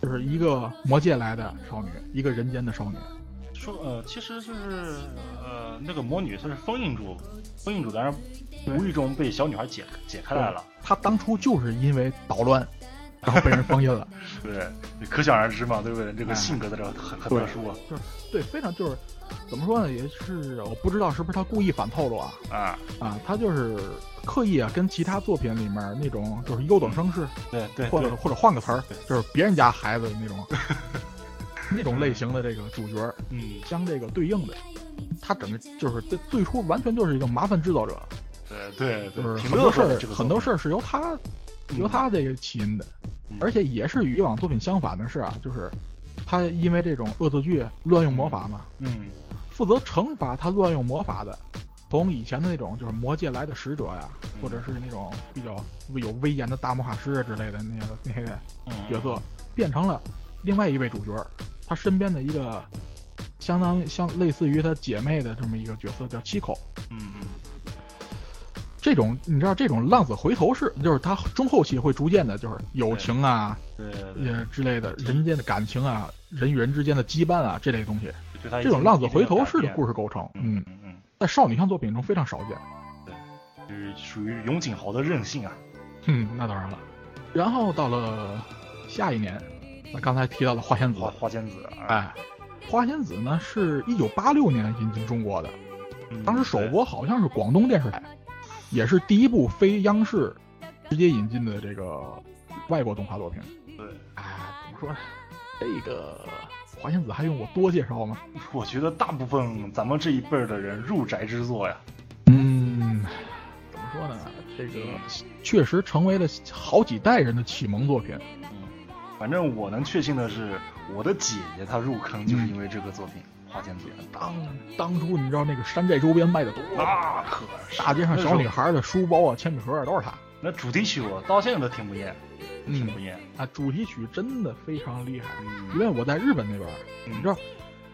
就是一个魔界来的少女，一个人间的少女。
说呃，其实就是呃，那个魔女她是封印住，封印住，但是
对
无意中被小女孩解解开来了。
她当初就是因为捣乱，然后被人封 印了。
对，你可想而知嘛，对不对？这个
哎
性格在这很很
对
特殊啊
对，非常就是怎么说呢，也是我不知道是不是他故意反透露啊
啊，
啊，他就是刻意啊跟其他作品里面那种就是优等生式，
对对
或
对
者或者换个词儿
对，
就是别人家孩子的那种那种类型的这个主角儿
嗯，
相这个对应的，他整个就是最最初完全就是一个麻烦制造者，
对对
就
对，
是
挺
很多
乐
事
呵
儿
的这个
很多事儿是由他
嗯
由他这个起因的
嗯，
而且也是与以往作品相反的是啊，就是他因为这种恶作剧乱用魔法嘛，
嗯
负责惩罚他乱用魔法的，从以前的那种就是魔界来的使者呀，
嗯
或者是那种比较有威严的大魔法师啊之类的那些那些
嗯
角色，变成了另外一位主角儿，他身边的一个相当于像类似于他姐妹的这么一个角色叫七口。
嗯嗯
这种你知道，这种浪子回头式，就是他中后期会逐渐的，就是友情啊，
对对对
也之类的，人间的感情啊，人与人之间的羁绊啊，这类东西，
对他
这种浪子回头式
是
的故事构成，嗯
嗯，嗯嗯。
在少女向作品中非常少见。
就是属于永井豪的任性啊。
嗯，那当然了。然后到了下一年，那刚才提到的花仙子，
花花仙子，啊，
嗯哎，花仙子呢是一九八六年引进中国的，
嗯
当时首播好像是广东电视台，也是第一部非央视直接引进的这个外国动画作品。
对，对
哎，怎么说呢？这个花仙子还用我多介绍吗？
我觉得大部分咱们这一辈儿的人入宅之作呀，
嗯，怎么说呢？这个
嗯
确实成为了好几代人的启蒙作品。
反正我能确信的是，我的姐姐她入坑
嗯
就是因为这个作品《花仙子》
当当初你知道那个山寨周边卖的多，
啊那可是
大街上小女孩的书包啊、铅笔盒啊都是它。
那主题曲我到现在都听不厌，听
嗯
不厌。
啊，主题曲真的非常厉害。因
嗯，
为我在日本那边儿，你知道，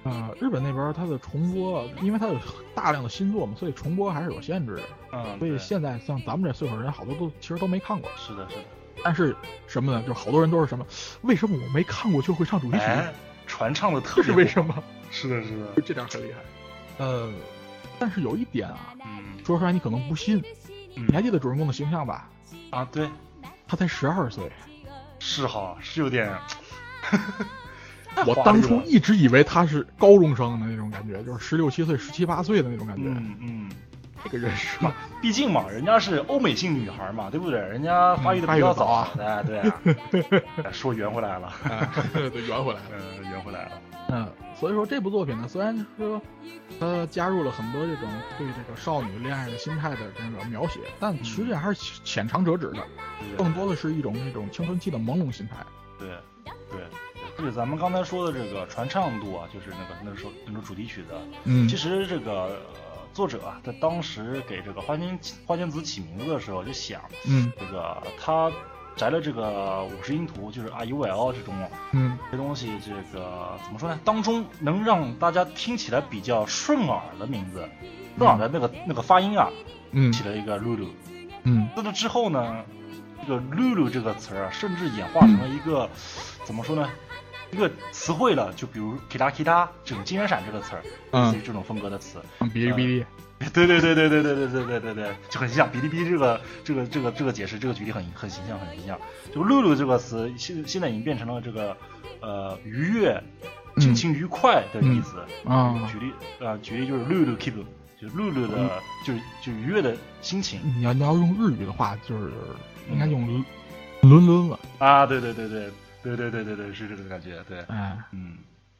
啊、日本那边儿它的重播，因为它有大量的新作嘛，所以重播还是有限制的。
嗯，
所以
对
现在像咱们这岁数人，好多都其实都没看过。
是的，是的。
但是什么呢？就是好多人都是什么？为什么我没看过就会唱主题曲？
哎，传唱的特
这
别
是
火
为什么？
是的，是的。
这点儿很厉害。呃，但是有一点啊，
嗯，
说出来你可能不信，
嗯
你还记得主人公的形象吧？
啊，对，
他才十二岁，
是哈，是有点。
我
华
当
丽
初
了
一直以为他是高中生的那种感觉，就是十六七岁、十七八岁的那种感觉。
嗯嗯，
这个人设，
毕竟嘛，人家是欧美性女孩嘛，对不对？人家发育的
嗯发
比
育
较
得早
早
啊，
哎，对啊。 说圆回来了，
啊对，圆回来 了。
嗯，圆回来了，
嗯，所以说这部作品呢，虽然说它加入了很多这种对这个少女恋爱的心态的这个描写，但实际上还是浅尝辄止的，
对不对
更多的是一种那种青春期的朦胧心态。
对，对，就是咱们刚才说的这个传唱度啊，就是那个那首那首主题曲的，
嗯
其实这个、呃作者啊，在当时给这个花千花千子起名字的时候，就想
嗯
这个他摘了这个五十音图，就是 I U L 这种
嗯
这东西，这个怎么说呢？当中能让大家听起来比较顺耳的名字，顺耳的那个那个发音啊，
嗯
起了一个露露。
嗯
那么之后呢，这个“露露”这个词儿啊，甚至演化成了一个、怎么说呢，一个词汇了。就比如 “kita kita” 这种金圆闪这个词儿，
嗯
类似于这种风格的词。
嗯，哔哩哔哩，
对对对对对对对对对对对，就很像哔哩哔哩这个这个这个这个解释，这个举例很很形象，很形象。就“露露”这个词，现现在已经变成了这个呃愉悦、尽情愉快的意思。
嗯啊，
举例啊、举例就是“露露 keep”，就是露露的，
嗯
就是就愉悦的心情。
你要你要用日语的话，就是应该用伦伦了，
啊，对对对对对对对对对，是这个感觉，对，
哎。
嗯，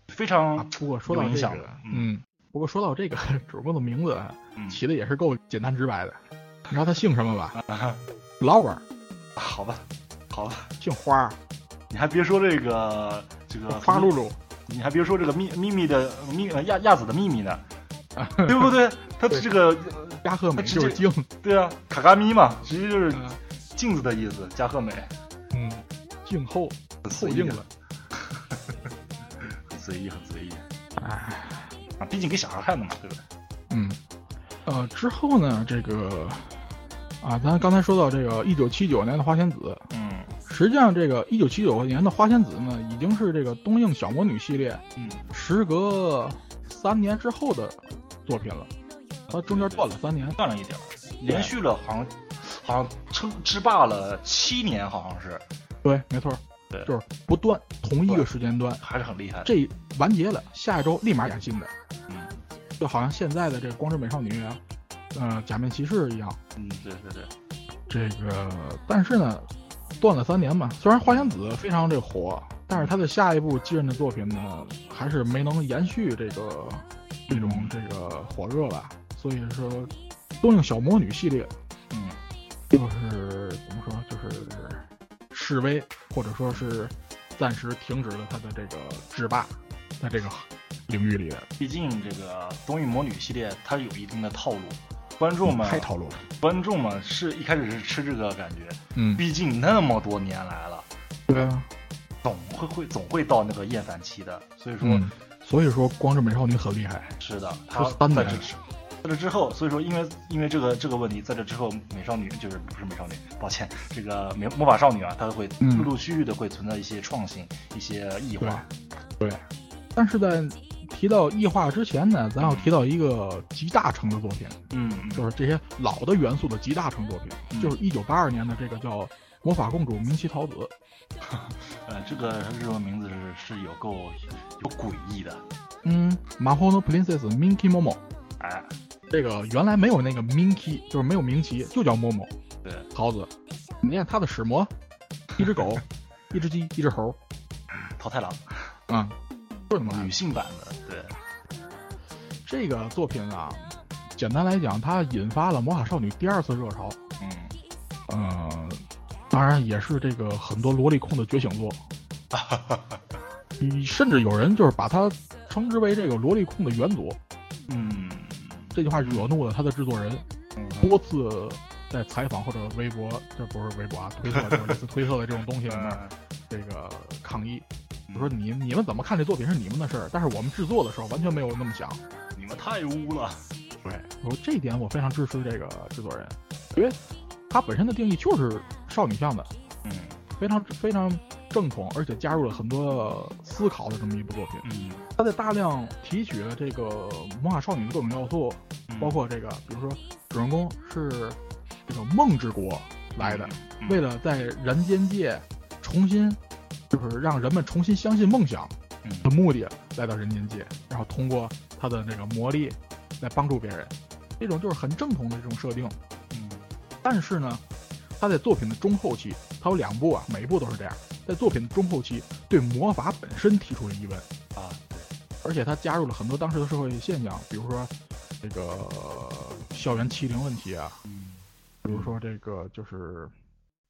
非常
啊，不过说到
有影
这
响
个
的，
嗯，不过说到这个 主播的名字啊
嗯啊
起的也是够简单直白的，你知道他姓什么吧？劳尔，
好吧，好吧，
姓花
啊
儿，
你还别说这个这个
花露，露，
你还别说这个秘秘密的秘呃亚亚子的秘密呢，对不对？他
对
这个
加贺
他
美
直接
就是精，
对啊，卡卡咪嘛，直接就是
嗯
镜子的意思，加贺美，
嗯，静后
很
后
随意
镜
的
子，，
很随意，很随意
哎，
啊，毕竟给小孩看的嘛，对不对？
嗯，呃，之后呢，这个啊，咱刚才说到这个一九七九年的花仙子，
嗯
实际上这个一九七九年的花仙子呢，已经是这个东映小魔女系列
嗯，
时隔三年之后的作品了，它啊中间断了三年。
断了一点儿，连续了好像好像称制霸了七年，好像是，
对，没错儿，
对
就是不断同一个时间段，
还是很厉害的。
这完结了，下一周立马演新的，
嗯
就好像现在的这个《光之美少女》啊，呃，《假面骑士》一样。
嗯，对对对，
这个，但是呢，断了三年嘛。虽然花仙子非常这个火，但是他的下一部继任的作品呢，还是没能延续这个这种这个火热吧。所以说，东映小魔女系列
嗯
就是怎么说，就是示威，或者说是暂时停止了他的这个制霸，在这个领域里的，
毕竟这个东映魔女系列它有一定的套路，观众们
太套路了。
观众们是一开始是吃这个感觉，
嗯，
毕竟那么多年来了，
对啊，
总会会总会到那个厌烦期的。所以说，
嗯，所以说光之美少女很厉害。
是的，它
说三
在
年
这之在这之后，所以说因为因为这个这个问题，在这之后，美少女就是不是美少女，抱歉，这个美魔法少女啊，它会
嗯
陆陆续续的会存在一些创新、一些异
对
化。，
对。但是在提到异化之前呢，咱要提到一个集大成的作品，
嗯，嗯
就是这些老的元素的集大成作品，
嗯
就是一九八二年的这个叫《魔法公主明崎桃子》。
呃，这个日文名字是是有够有诡异的，
嗯，《马霍诺 Princess Minky Momo》
哎，
这个原来没有那个 Minky，就是没有明奇，就叫 Momo
对。
桃子。你看它的始末，一只 狗，一只鸡，一只猴，
桃太郎
啊、就是那么来
女
的。
性版的，对，
这个作品啊，简单来讲，它引发了魔法少女第二次热潮。
嗯，
嗯，当然也是这个很多萝莉控的觉醒作。嗯，甚至有人就是把它称之为这个萝莉控的元祖。
嗯，
这句话惹怒了他的制作人，多次在采访或者微博，这不是微博啊，推特就是类似推特的这种东西里面，
嗯，
这个抗议。我说你你们怎么看这作品是你们的事儿，但是我们制作的时候完全没有那么想。
你们太污了，
对，我说这一点我非常支持这个制作人，因为它本身的定义就是少女向的，
嗯
非常非常正统，而且加入了很多思考的这么一部作品。
嗯，
它在大量提取了这个魔法少女的各种要素，
嗯
包括这个，比如说主人公是这个梦之国来的，，
嗯
为，了在人间界重新，就是让人们重新相信梦想
嗯
的目的来到人间界，然后通过他的那个魔力来帮助别人。这种就是很正统的这种设定。
嗯
但是呢，他在作品的中后期，他有两部啊，每一部都是这样，在作品的中后期对魔法本身提出了疑问，
啊，
而且他加入了很多当时的社会现象，比如说这个校园欺凌问题啊，
嗯
比如说这个就是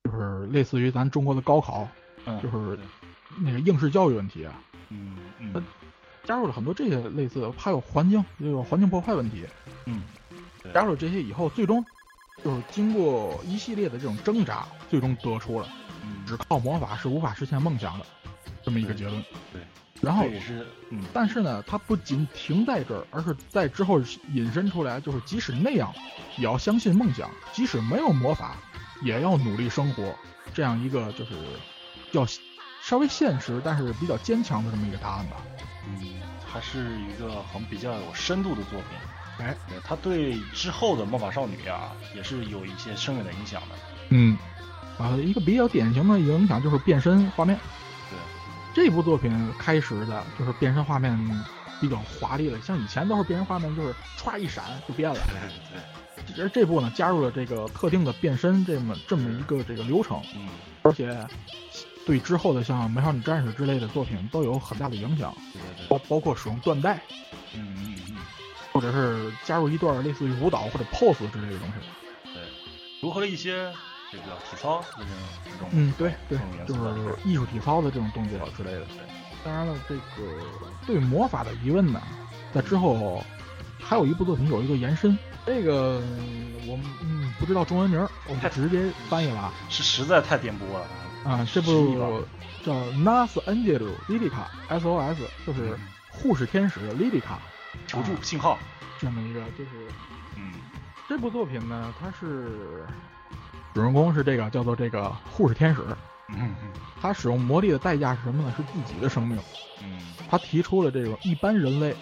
就是类似于咱中国的高考
嗯，
就是
对
那个应试教育问题啊，
嗯
呃
嗯
加入了很多这些类似的，还有环境这个环境破坏问题，
嗯，对
加入这些以后，最终就是经过一系列的这种挣扎，最终得出了。
嗯
只靠魔法是无法实现梦想的，这么一个结论。
对，
然后
这，也是嗯
但是呢，它不仅停在这儿，而是在之后引申出来，就是即使那样，也要相信梦想；即使没有魔法，也要努力生活。这样一个就是要稍微现实，但是比较坚强的这么一个答案吧。
嗯，还是一个很比较有深度的作品。
哎，
对他对之后的魔法少女啊，也是有一些深远的影响的。
嗯，啊，一个比较典型的影响就是变身画面。
对，
这部作品开始的就是变身画面比较华丽了，像以前都是变身画面就是歘一闪就变了。
对对，
而这部呢，加入了这个特定的变身这么这么一个这个流程，
嗯，
而且对之后的像《美少女战士》之类的作品都有很大的影响，
对对
包
对，
包括使用缎带，
嗯嗯嗯，
或者是加入一段类似于舞蹈或者 pose 之类的东西。
对，融合了一些这个体操这种这种
嗯，对
这
对
种，元
就
素吧
是艺术体操的这种动作之类的。
对，
当然了，这个对魔法的疑问呢，在之后还有一部作品有一个延伸，这个我们、嗯、不知道中文名儿，我们直接翻译了啊。
是实在太颠簸了
啊，这
十亿吧
部叫 Nas Angel Lilica SOS，就是
嗯
护士天使 Lilica
求助信号，
这么一个，就是
嗯
这部作品呢，它是主人公是这个叫做这个护士天使，
嗯嗯
他使用魔力的代价是什么呢？是自己的生命。
嗯
他提出了这种一般人类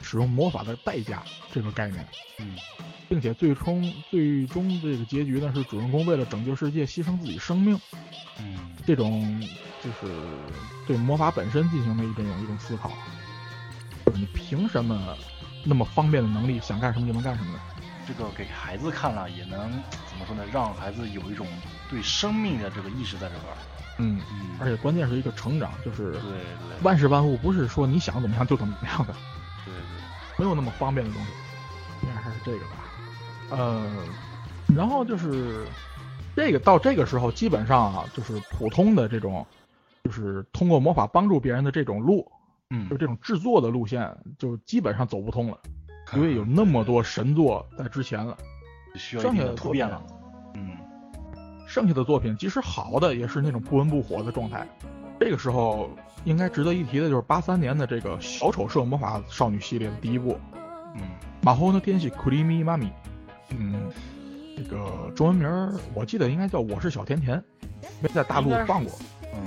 使用魔法的代价这个概念，
嗯，
并且最终最终这个结局呢是主人公为了拯救世界牺牲自己生命。
嗯，
这种就是对魔法本身进行的一种一种思考，就是你凭什么那么方便的能力，想干什么就能干什么呢？
这个给孩子看了也能怎么说呢？让孩子有一种对生命的这个意识在这块儿。
嗯，
嗯
而且关键是一个成长，就是
对对
万事万物不是说你想怎么样就怎么样的，
对对。
没有那么方便的东西，应该还是这个吧。呃，然后就是这个到这个时候，基本上啊，就是普通的这种，就是通过魔法帮助别人的这种路，
嗯
就这种制作的路线，就基本上走不通了。因为有那么多神作在之前了，
需要一定的突变了。嗯，
剩下的作品即使好的也是那种不温不火的状态。这个时候应该值得一提的就是八三年的这个小丑社魔法少女系列的第一部《
嗯，
马后的天使 Creamy Mami》，嗯，这个中文名儿我记得应该叫《我是小甜甜》，没在大陆放过，
嗯，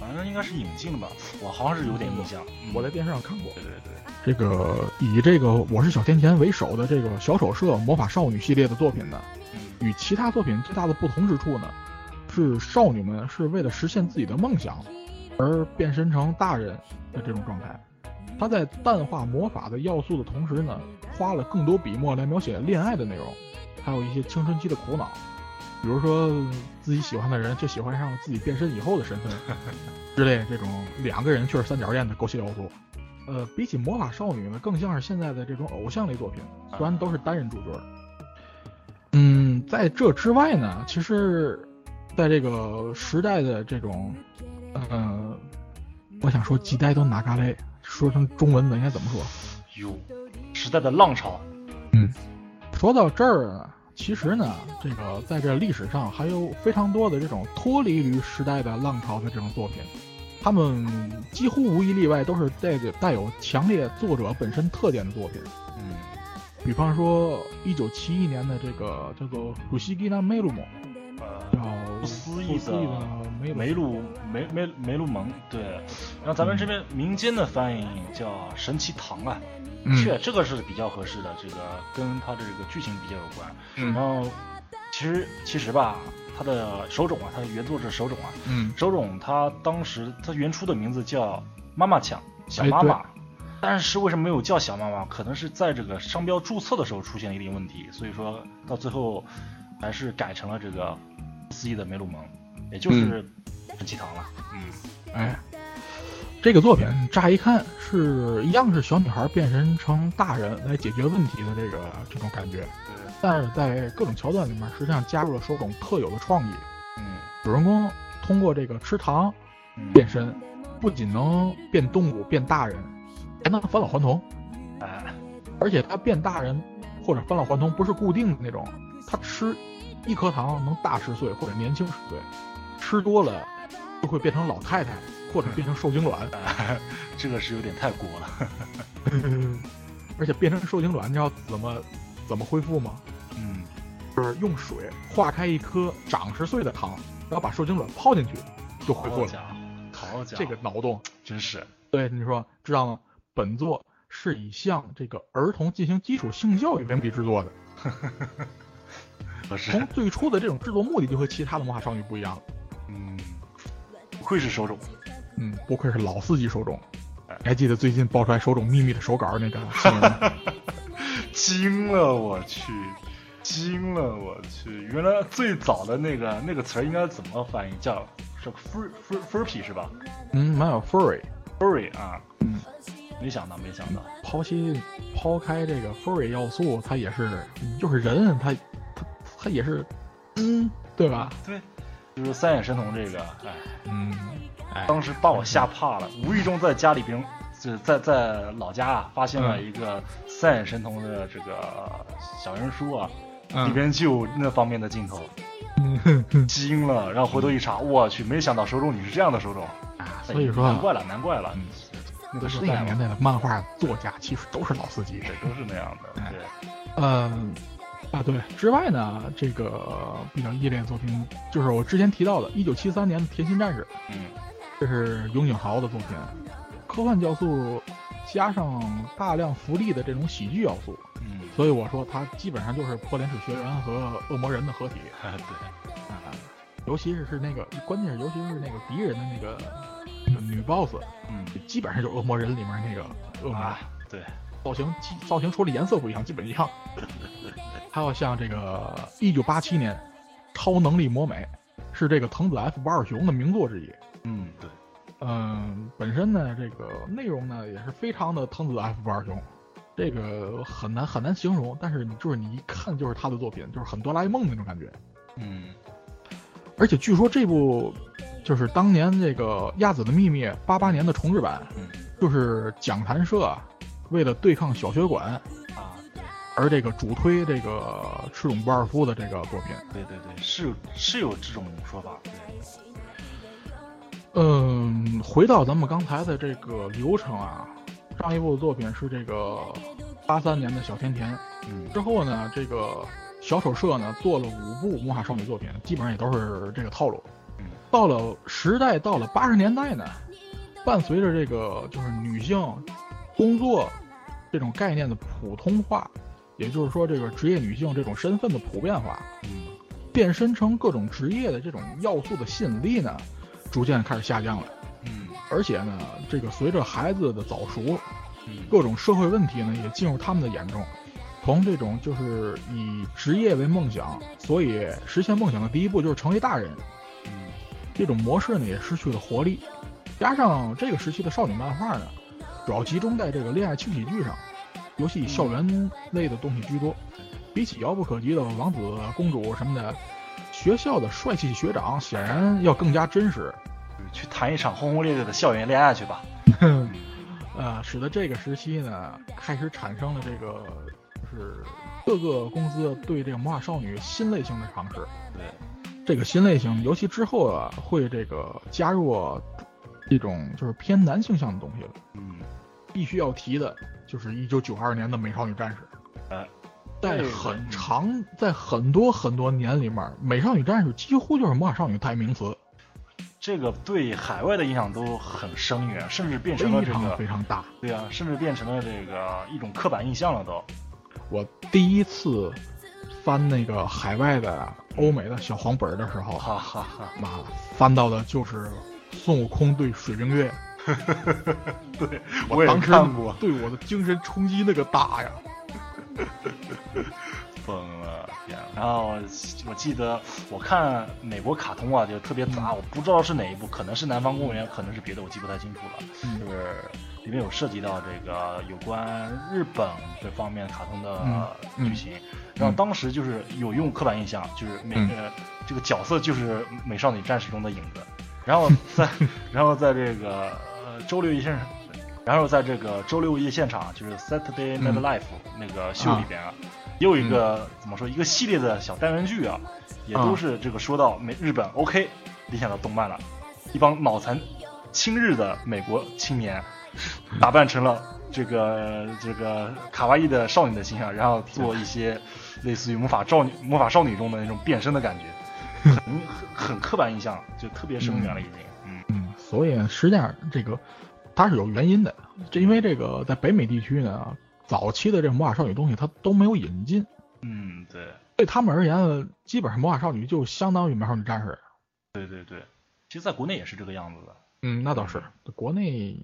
反正应该是引进的吧，我好像是有点印象。嗯
我在电视上看过。
对对对，
这个以这个《我是小甜甜》为首的这个小丑社魔法少女系列的作品呢，
嗯
与其他作品最大的不同之处呢，是少女们是为了实现自己的梦想而变身成大人的这种状态。她在淡化魔法的要素的同时呢，花了更多笔墨来描写恋爱的内容，还有一些青春期的苦恼，比如说自己喜欢的人却喜欢上了自己变身以后的身份之类这种两个人却是三角恋的狗血要素。呃，比起魔法少女呢，更像是现在的这种偶像类作品，虽然都是单人主角儿。嗯，在这之外呢，其实，在这个时代的这种，呃，我想说几代都拿嘎嘞，说成中文的应该怎么说？
有时代的浪潮。
说到这儿呢，其实呢，这个在这历史上还有非常多的这种脱离于时代的浪潮的这种作品，他们几乎无一例外都是带着带有强烈作者本身特点的作品。
嗯
比方说，一九七一年的这个叫做《古西吉纳梅鲁蒙》，
呃，
叫
不思议
的梅
梅
鲁
鲁梅梅梅鲁蒙，对，然后咱
嗯
们这边民间的翻译叫神奇堂啊，
嗯
确这个是比较合适的，这个跟它的这个剧情比较有关。
嗯
然后其实其实吧，它的手冢啊，它的原作者手冢啊，
嗯哎
手冢他当时他原初的名字叫妈妈腔，小妈妈，但是为什么没有叫小妈妈？可能是在这个商标注册的时候出现了一定问题，所以说到最后还是改成了这个四亿的梅鲁蒙，也
嗯
就是本鸡堂了。嗯，
哎，这个作品乍一看是一样是小女孩变身成大人来解决问题的这个这种感觉，
对，
但是在各种桥段里面，实际上加入了手冢特有的创意。
嗯
主人公通过这个吃糖
嗯，
变身，不仅能变动物、变大人，还能返老还童。
哎，
而且他变大人或者返老还童不是固定的那种，他吃一颗糖能大十岁或者年轻十岁，吃多了就会变成老太太或者变成受精卵。
这个是有点太过了。
而且变成受精卵，你知道怎么怎么恢复吗？
嗯，
就是用水化开一颗长十岁的糖，然后把受精卵泡进去，就恢复
好
了。
家伙，好家伙，
这个脑洞，
真是，
对你说知道吗？本作是以向这个儿童进行基础性教育为目的制作的。
合适。
从最初的这种制作目的就和其他的魔法少女不一样。
嗯，不愧是手冢。
嗯，不愧是老司机手冢
哎。
还记得最近爆出来手冢秘密的手稿那个新闻吗？
惊了，我去，惊了，我去！原来最早的那个那个词儿应该怎么翻译？叫是 fur fur furpy 是吧
嗯，蛮有 furry。
？furry 啊，
嗯，
没想到，没想到，
抛弃抛开这个 furry 要素，它也是嗯就是人，它它它也是，嗯，对吧？
对，就是三眼神童这个，哎，
嗯，哎，
当时把我吓怕了，无意中在家里边。就是在在老家啊，发现了一个三眼神童的这个小人书啊，里边就有那方面的镜头，
嗯哼哼
惊了。然后回头一查，我去，没想到手冢你是这样的手冢，
啊，所以说
哎难怪了，难怪了
嗯，
那
那
个时
个
代嘛
年代的漫画作家其实都是老司机。
对，都是那样的。
哎
对，
嗯，啊对，之外呢，这个比较异类的作品就是我之前提到的1973年的《甜心战士》，
嗯
这是永井豪的作品，科幻要素加上大量福利的这种喜剧要素，
嗯，
所以我说它基本上就是破脸使学员和恶魔人的合体
哎对，
啊、尤其是是那个，关键是尤其是那个敌人的那个那个女 boss，
嗯
基本上就是恶魔人里面那个恶魔。
啊对，
造型基造型除了颜色不一样，基本 一样。还有像这个一九八七年，《超能力魔美》是这个藤子 F 不二雄的名作之一。
嗯对，
嗯，本身呢，这个内容呢也是非常的藤子 F 不二雄，这个很难很难形容，但是你就是你一看就是他的作品，就是很哆啦 A 梦那种感觉。
嗯
而且据说这部就是当年这个《亚子的秘密》八八年的重制版，
嗯
就是讲谈社啊为了对抗小学馆，
啊
而这个主推这个赤冢不二夫的这个作品，
对对对，是有是有这种说法，对，
嗯，回到咱们刚才的这个流程啊，上一部作品是这个八三年的小甜甜，
嗯
之后呢，这个小手社呢做了五部魔法少女作品，基本上也都是这个套路
嗯。
到了时代，到了八十年代呢，伴随着这个就是女性工作这种概念的普通化，也就是说这个职业女性这种身份的普遍化，
嗯
变身成各种职业的这种要素的吸引力呢，逐渐开始下降了。
嗯
而且呢，这个随着孩子的早熟，
嗯
各种社会问题呢也进入他们的眼中。从这种就是以职业为梦想，所以实现梦想的第一步就是成为大人，
嗯
这种模式呢也失去了活力。加上这个时期的少女漫画呢，主要集中在这个恋爱轻喜剧上，尤其以校园类的东西居多。比起遥不可及的王子、公主什么的，学校的帅气学长显然要更加真实，
对嗯去谈一场轰轰烈烈的校园恋爱去吧，
呃，使得这个时期呢开始产生了这个就是各个公司对这个魔法少女新类型的尝试。
对，
这个新类型，尤其之后啊，会这个加入一种就是偏男性向的东西了。
嗯
必须要提的就是一九九二年的《美少女战士》。
哎，
在
这个
很
嗯
长，在很多很多年里面，《美少女战士》几乎就是魔法少女代名词，
这个对海外的影响都很深远，甚至变
非
成了这
常
个
非常大。
对啊，甚至变成了这个一种刻板印象了都，
我第一次翻那个海外的欧美的小黄本儿的时候，
哈哈哈，
妈翻到的就是孙悟空对水冰月，
对，
我
也
当时
看过，
对我的精神冲击那个大呀！
疯了，天啊！然后我记得我看美国卡通啊，就特别杂，
嗯
我不知道是哪一部，可能是《南方公务员》，可能是别的，我记不太清楚了。
嗯
就是里面有涉及到这个有关日本这方面卡通
嗯
的
嗯
剧情，然后当时就是有用刻板印象，就是美、
嗯
呃这个角色就是美少女战士中的影子，然 后在然后在这个呃周六一现场，然后在这个周六夜现场就是 Saturday Night
嗯
Live、那个秀里边啊，也有一个、怎么说一个系列的小单元剧啊，也都
啊
是这个说到美日本 OK 理想的动漫了，一帮脑残亲日的美国青年，打扮成了这个这个卡哇伊的少女的形象，然后做一些类似于魔法少女魔法少女中的那种变身的感觉，很很很刻板印象，就特别深远了已经。嗯
嗯，所以实际上这个它是有原因的，这因为这个在北美地区呢，早期的这个魔法少女东西它都没有引进，
嗯，对
对他们而言，基本上魔法少女就相当于美少女战士。
对对对，其实在国内也是这个样子的。
嗯，那倒是，国内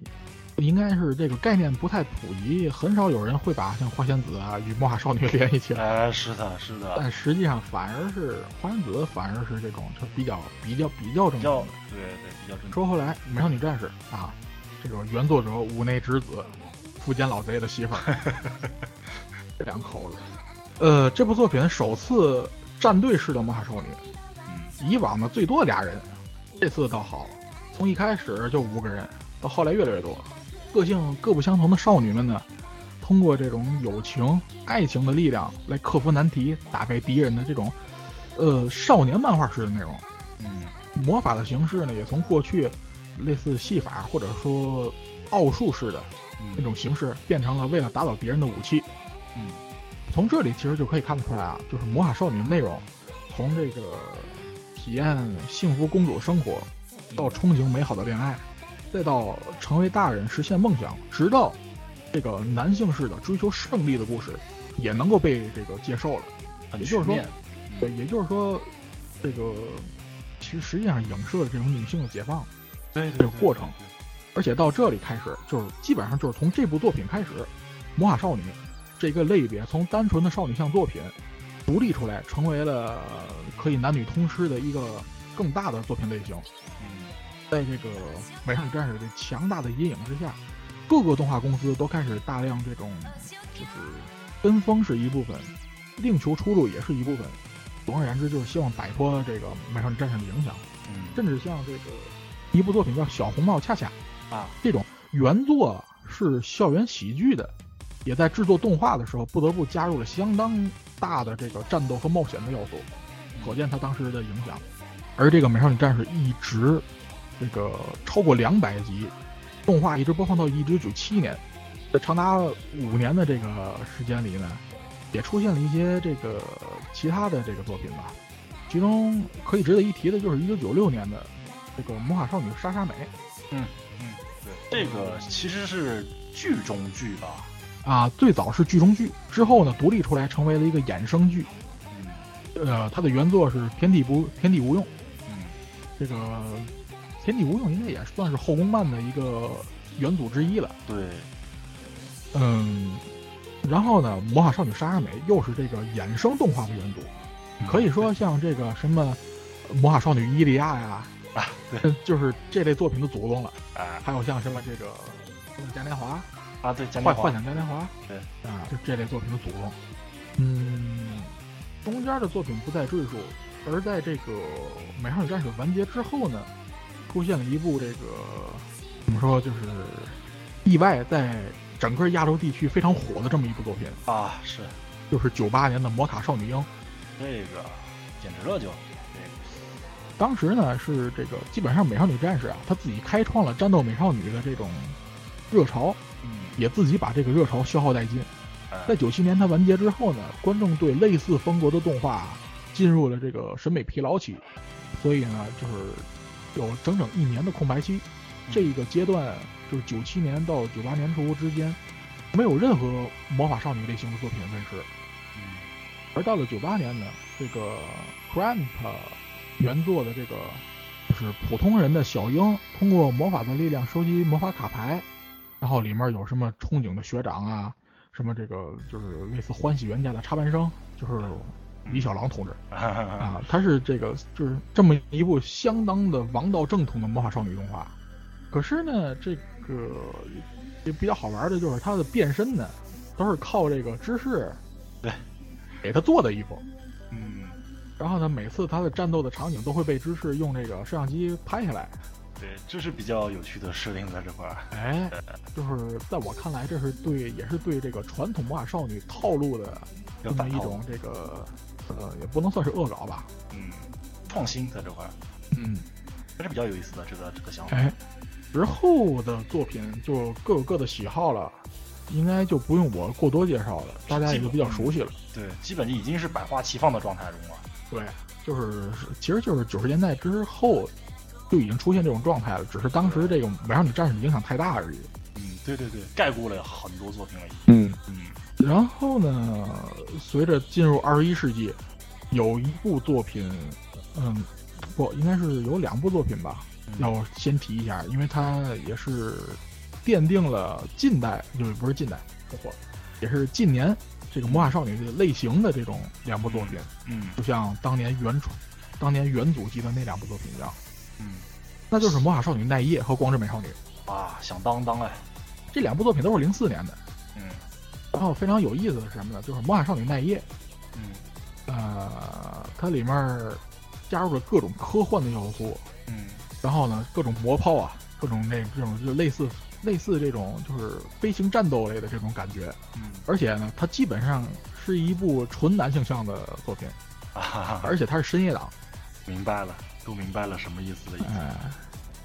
应该是这个概念不太普及，很少有人会把像花仙子啊与魔法少女 联系起来。
哎，是的，是的，
但实际上反而是花仙子，反而是这种就比较比较比较正
比
常
较
的。
对对比较正常。
说回来，《美少女战士》啊，这个原作者五内之子，富坚老贼的媳妇儿， 这两口子。呃，这部作品首次战队式的魔法少女，
嗯
以往呢最多俩人，这次倒好，从一开始就五个人，到后来越来越多。个性各不相同的少女们呢，通过这种友情、爱情的力量来克服难题，打败敌人的这种，呃，少年漫画式的内容。
嗯
魔法的形式呢，也从过去类似戏法或者说奥术式的那
嗯
种形式，变成了为了打倒敌人的武器。
嗯
从这里其实就可以看得出来啊，就是魔法少女的内容，从这个体验幸福公主生活，
嗯
到憧憬美好的恋爱，再到成为大人实现梦想，直到这个男性式的追求胜利的故事，也能够被这个接受了。
很
也
全
就是说
面。
对，也就是说，这个其实实际上影射了这种女性的解放。
对对
这个过程而且到这里开始，就是基本上就是从这部作品开始，魔法少女这个类别从单纯的少女向作品独立出来，成为了呃可以男女通吃的一个更大的作品类型。
嗯
在这个美少女战士的强大的阴影之下，各个动画公司都开始大量这种就是跟风是一部分，另求出路也是一部分。总而言之，就是希望摆脱这个美少女战士的影响，
嗯
甚至像这个一部作品叫《小红帽恰恰》。
啊
这种原作是校园喜剧的，也在制作动画的时候不得不加入了相当大的这个战斗和冒险的要素，
嗯
可见它当时的影响。而这个《美少女战士》一直这个超过两百集，动画一直播放到一九九七年，在长达五年的这个时间里呢，也出现了一些这个其他的这个作品吧。其中可以值得一提的就是一九九六年的这个魔法少女莎莎美
嗯，对，这个其实是剧中剧吧。
啊，最早是剧中剧，之后呢独立出来成为了一个衍生剧。
嗯
呃，它的原作是《天地不天地无用》，
嗯
这个《天地无用》应该也算是后宫漫的一个元祖之一了。
对
嗯，然后呢，《魔法少女莎莎美》又是这个衍生动画的元祖，嗯
嗯
可以说像这个什么《魔法少女伊利亚》呀，
啊对
嗯 就是这类作品的祖宗了。
啊
还有像什么这个《嘉年华》，
啊对，嘉
幻
年华
幻想嘉年华，
对
啊，就这类作品的祖宗。嗯，中间的作品不再赘述，而在这个《美少女战士》完结之后呢，出现了一部这个怎么说，就是意外在整个亚洲地区非常火的这么一部作品，
啊是
就是九八年的《魔卡少女樱》。
这个简直了就
当时呢是这个基本上《美少女战士》啊，他自己开创了战斗美少女的这种热潮，
嗯
也自己把这个热潮消耗殆尽。
哎
在九七年它完结之后呢，观众对类似风格的动画进入了这个审美疲劳期，所以呢，就是有整整一年的空白期。这一个阶段就是九七年到九八年初之间，没有任何魔法少女类型的作品问世。
嗯
而到了九八年呢，这个 Cramp 原作的这个就是普通人的小樱通过魔法的力量收集魔法卡牌，然后里面有什么憧憬的学长啊，什么这个就是类似欢喜冤家的插班生，就是李小狼同志啊，他是这个就是这么一部相当的王道正统的魔法少女动画。可是呢，这个也比较好玩的就是它的变身呢，都是靠这个芝士
对
给他做的衣服。
嗯，
然后呢，每次他的战斗的场景都会被芝士用这个摄像机拍下来。
对，这是比较有趣的设定在这块儿。
哎，就是在我看来，这是对，也是对这个传统魔法少女套路的这
有
么
反
一
套
种这个，呃，也不能算是恶搞吧。
嗯，创新在这块儿
嗯，
还是比较有意思的这个这个想法。
哎，之后的作品就各有各的喜好了，应该就不用我过多介绍了，大家也就比较熟悉了。
对，基本已经是百花齐放的状态中了。
对，就是其实就是九十年代之后就已经出现这种状态了，只是当时这个围绕你战士的影响太大而已。
嗯，对对对，概括了很多作品了已经。
嗯，
嗯，
然后呢，随着进入二十一世纪，有一部作品，嗯，不，应该是有两部作品吧，
嗯
要先提一下，因为它也是奠定了近代，就是不是近代，嚯也是近年这个魔法少女这个类型的这种两部作品，
嗯
就像当年原创、当年元祖级的那两部作品一样，
嗯，
那就是《魔法少女奈叶》和《光之美少女》
啊，响当当哎，
这两部作品都是零四年的。
嗯
然后非常有意思的是什么呢？就是《魔法少女奈叶》
嗯
呃，它里面儿加入了各种科幻的要素，
嗯
然后呢，各种魔炮啊，各种那这种就类似类似这种就是飞行战斗类的这种感觉，
嗯，
而且呢，它基本上是一部纯男性向的作品，
啊哈 哈哈，
而且它是深夜档，
明白了，都明白了什么意思了已经。
呃，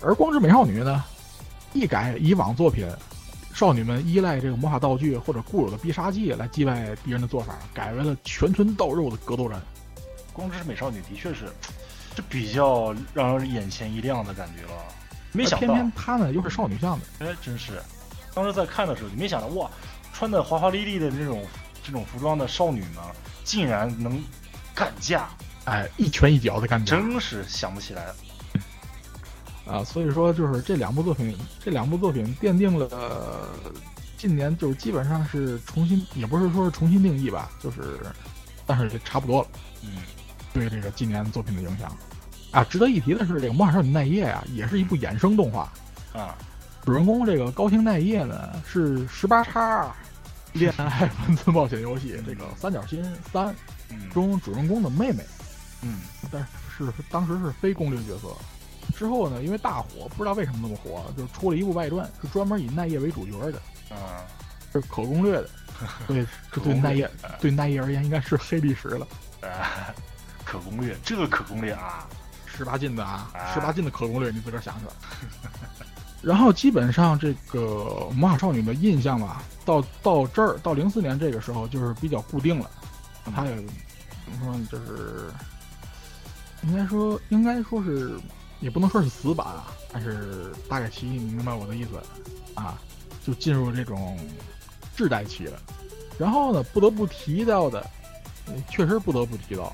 而《光之美少女》呢，一改以往作品。少女们依赖这个魔法道具或者固有的必杀技来击败敌人的做法，改为了全村到肉的格斗战。
光之美少女的确是，这比较让人眼前一亮的感觉了。没想
而
到
偏，偏她呢又是少女向的，
哎，真是，当时在看的时候就没想到，哇，穿的华华丽丽的这种这种服装的少女们，竟然能干架，
哎，一拳一脚的感觉
真是想不起来。
啊，所以说就是这两部作品，这两部作品奠定了、呃近年就是基本上是重新，也不是说是重新定义吧，就是，但是也差不多了，
嗯，
对这个近年作品的影响。啊，值得一提的是，这个《魔法少女奈叶》啊，也是一部衍生动画，
啊，
主人公这个高清奈叶呢是十八叉恋爱 文字冒险游戏《这个三角心三》
嗯
中主人公的妹妹。
嗯
但是当时是非攻略角色。之后呢，因为大火，不知道为什么那么火，就出了一部外传，是专门以奈叶为主角的，
啊，
是可攻略的。对，这对奈叶对奈叶而言应该是黑历史了，
啊， 可攻略，这个可攻略啊，
十八禁的啊，
啊
十八禁的可攻略，你自个儿想 想。然后基本上这个《魔法少女》的印象吧，到到这儿到零四年这个时候就是比较固定了，它也怎么说呢，就是应该说应该说是也不能说是死板啊，但是大概其你明白我的意思啊，就进入这种滞带期了。然后呢，不得不提到的，呃确实不得不提到，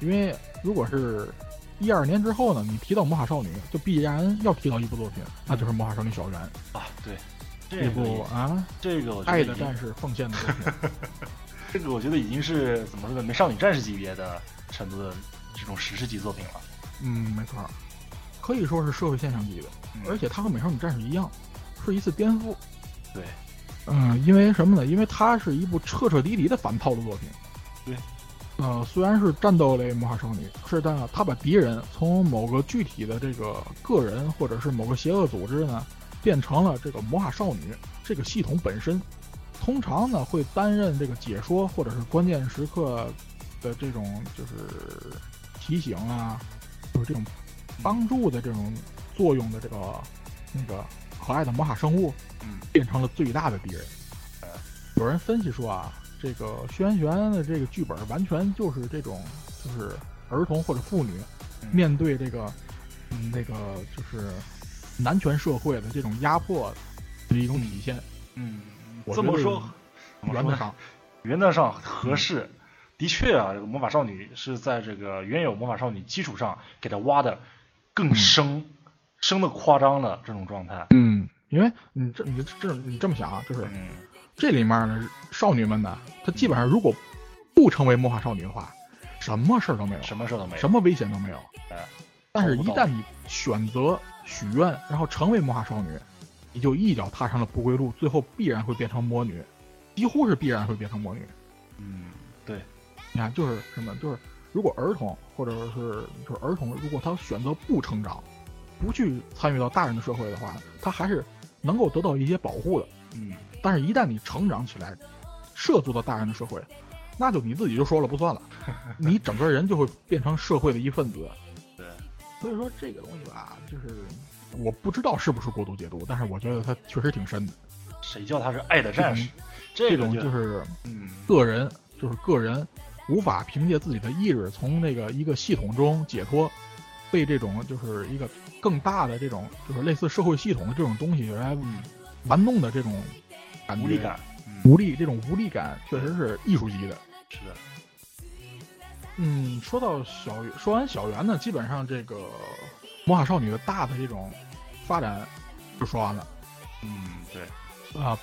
因为如果是一二年之后呢，你提到魔法少女，就必然要提到一部作品，那就是《魔法少女小圆》
啊，对，
这
这个
部啊，
这个我觉得
爱
已
的
经
战士奉献的作品。
这个我觉得已经是怎么说呢，美少女战士级别的程度的这种史诗级作品了。
嗯，没错儿，可以说是社会现象级的，
嗯
而且它和《美少女战士》一样，是一次颠覆。
对，
嗯，因为什么呢？因为它是一部彻彻底底的反套路作品。
对，
呃，虽然是战斗类魔法少女，是但它把敌人从某个具体的这个个人或者是某个邪恶组织呢，变成了这个魔法少女这个系统本身。通常呢会担任这个解说或者是关键时刻的这种就是提醒啊，就是这种帮助的这种作用的这个那个可爱的魔法生物，
嗯，
变成了最大的敌人
呃。
有人分析说啊，这个《轩辕玄》的这个剧本完全就是这种，就是儿童或者妇女
嗯
面对这个，嗯，那个就是男权社会的这种压迫的一种体现。
嗯，
我
这
觉
么
得嗯
说，怎么
原
说
则
呢
上，
原则上合适。的确啊，这个魔法少女是在这个原有魔法少女基础上给它挖的更生，生的夸张的这种状态。
嗯，因为你这你这你这么想啊，就是
嗯
这里面的少女们呢，她基本上如果不成为魔法少女的话，什么事儿都没有，
什么事儿都没有。
什么危险都没有
哎。
但是，
找
一
不到
旦你选择许愿，然后成为魔法少女，你就一脚踏上了不归路，最后必然会变成魔女，几乎是必然会变成魔女。
嗯，对，
你看，就是什么，就是如果儿童或者是就是儿童，如果他选择不成长，不去参与到大人的社会的话，他还是能够得到一些保护的。
嗯，
但是，一旦你成长起来，涉足到大人的社会，那就你自己就说了不算 了，你整个人就会变成社会的一份子。
对，
所以说这个东西吧，就是我不知道是不是过度解读，但是我觉得它确实挺深的。
谁叫他是爱的战士？
嗯这
这个，
种就是是
嗯，
个人，就是个人无法凭借自己的意志从那个一个系统中解脱，被这种就是一个更大的这种就是类似社会系统的这种东西来玩弄的这种感觉，
嗯无力，感，嗯，
无力这种无力感确实是艺术级的。
是的，
嗯，说到小圆说完小圆呢，基本上这个魔法少女的大的这种发展就说完了。
嗯，对，
啊，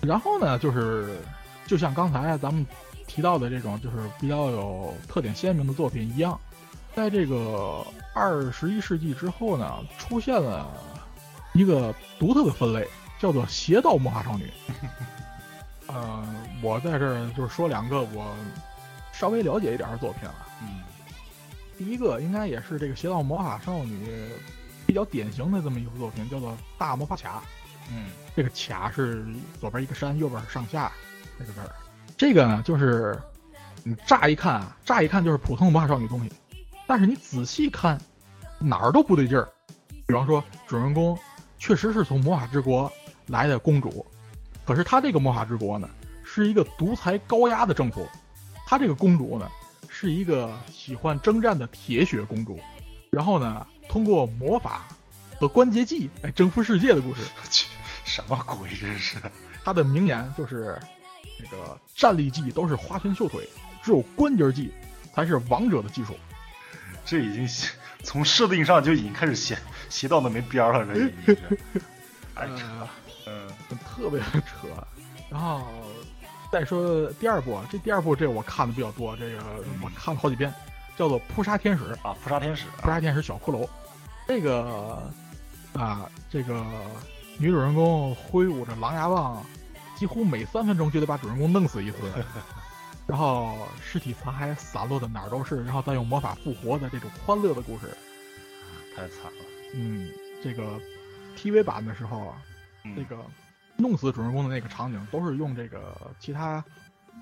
然后呢，就是就像刚才咱们提到的这种，就是比较有特点鲜明的作品一样，在这个二十一世纪之后呢，出现了一个独特的分类，叫做邪道魔法少女。呃，我在这儿就是说两个我稍微了解一点儿的作品啊。
嗯
第一个应该也是这个邪道魔法少女比较典型的这么一部作品，叫做《大魔法卡》。
嗯
这个卡是左边一个山，右边上下那个字儿。这个呢，就是你乍一看啊，乍一看就是普通魔法少女东西，但是你仔细看，哪儿都不对劲儿。比方说，主人公确实是从魔法之国来的公主，可是她这个魔法之国呢，是一个独裁高压的政府；她这个公主呢，是一个喜欢征战的铁血公主，然后呢，通过魔法和关节技来征服世界的故事。
我去，什么鬼这是？
他的名言就是：“那个战力技都是花拳绣腿，只有关节技才是王者的技术。
这已经邪从设定上就已经开始邪邪到的没边儿了，这已经是，哎，
呃
嗯”
特别扯。然后再说第二部，啊，这第二部这我看的比较多，这个
嗯
我看了好几遍，叫做《扑杀天使》《
啊，扑杀天使，
扑杀天使小骷髅》。这个啊，这个女主人公挥舞着狼牙棒，几乎每三分钟就得把主人公弄死一次。然后尸体残骸散落的哪儿都是，然后再用魔法复活的这种欢乐的故事。
太惨了，
嗯，这个 TV 版的时候啊，
嗯
那个弄死主人公的那个场景都是用这个其他，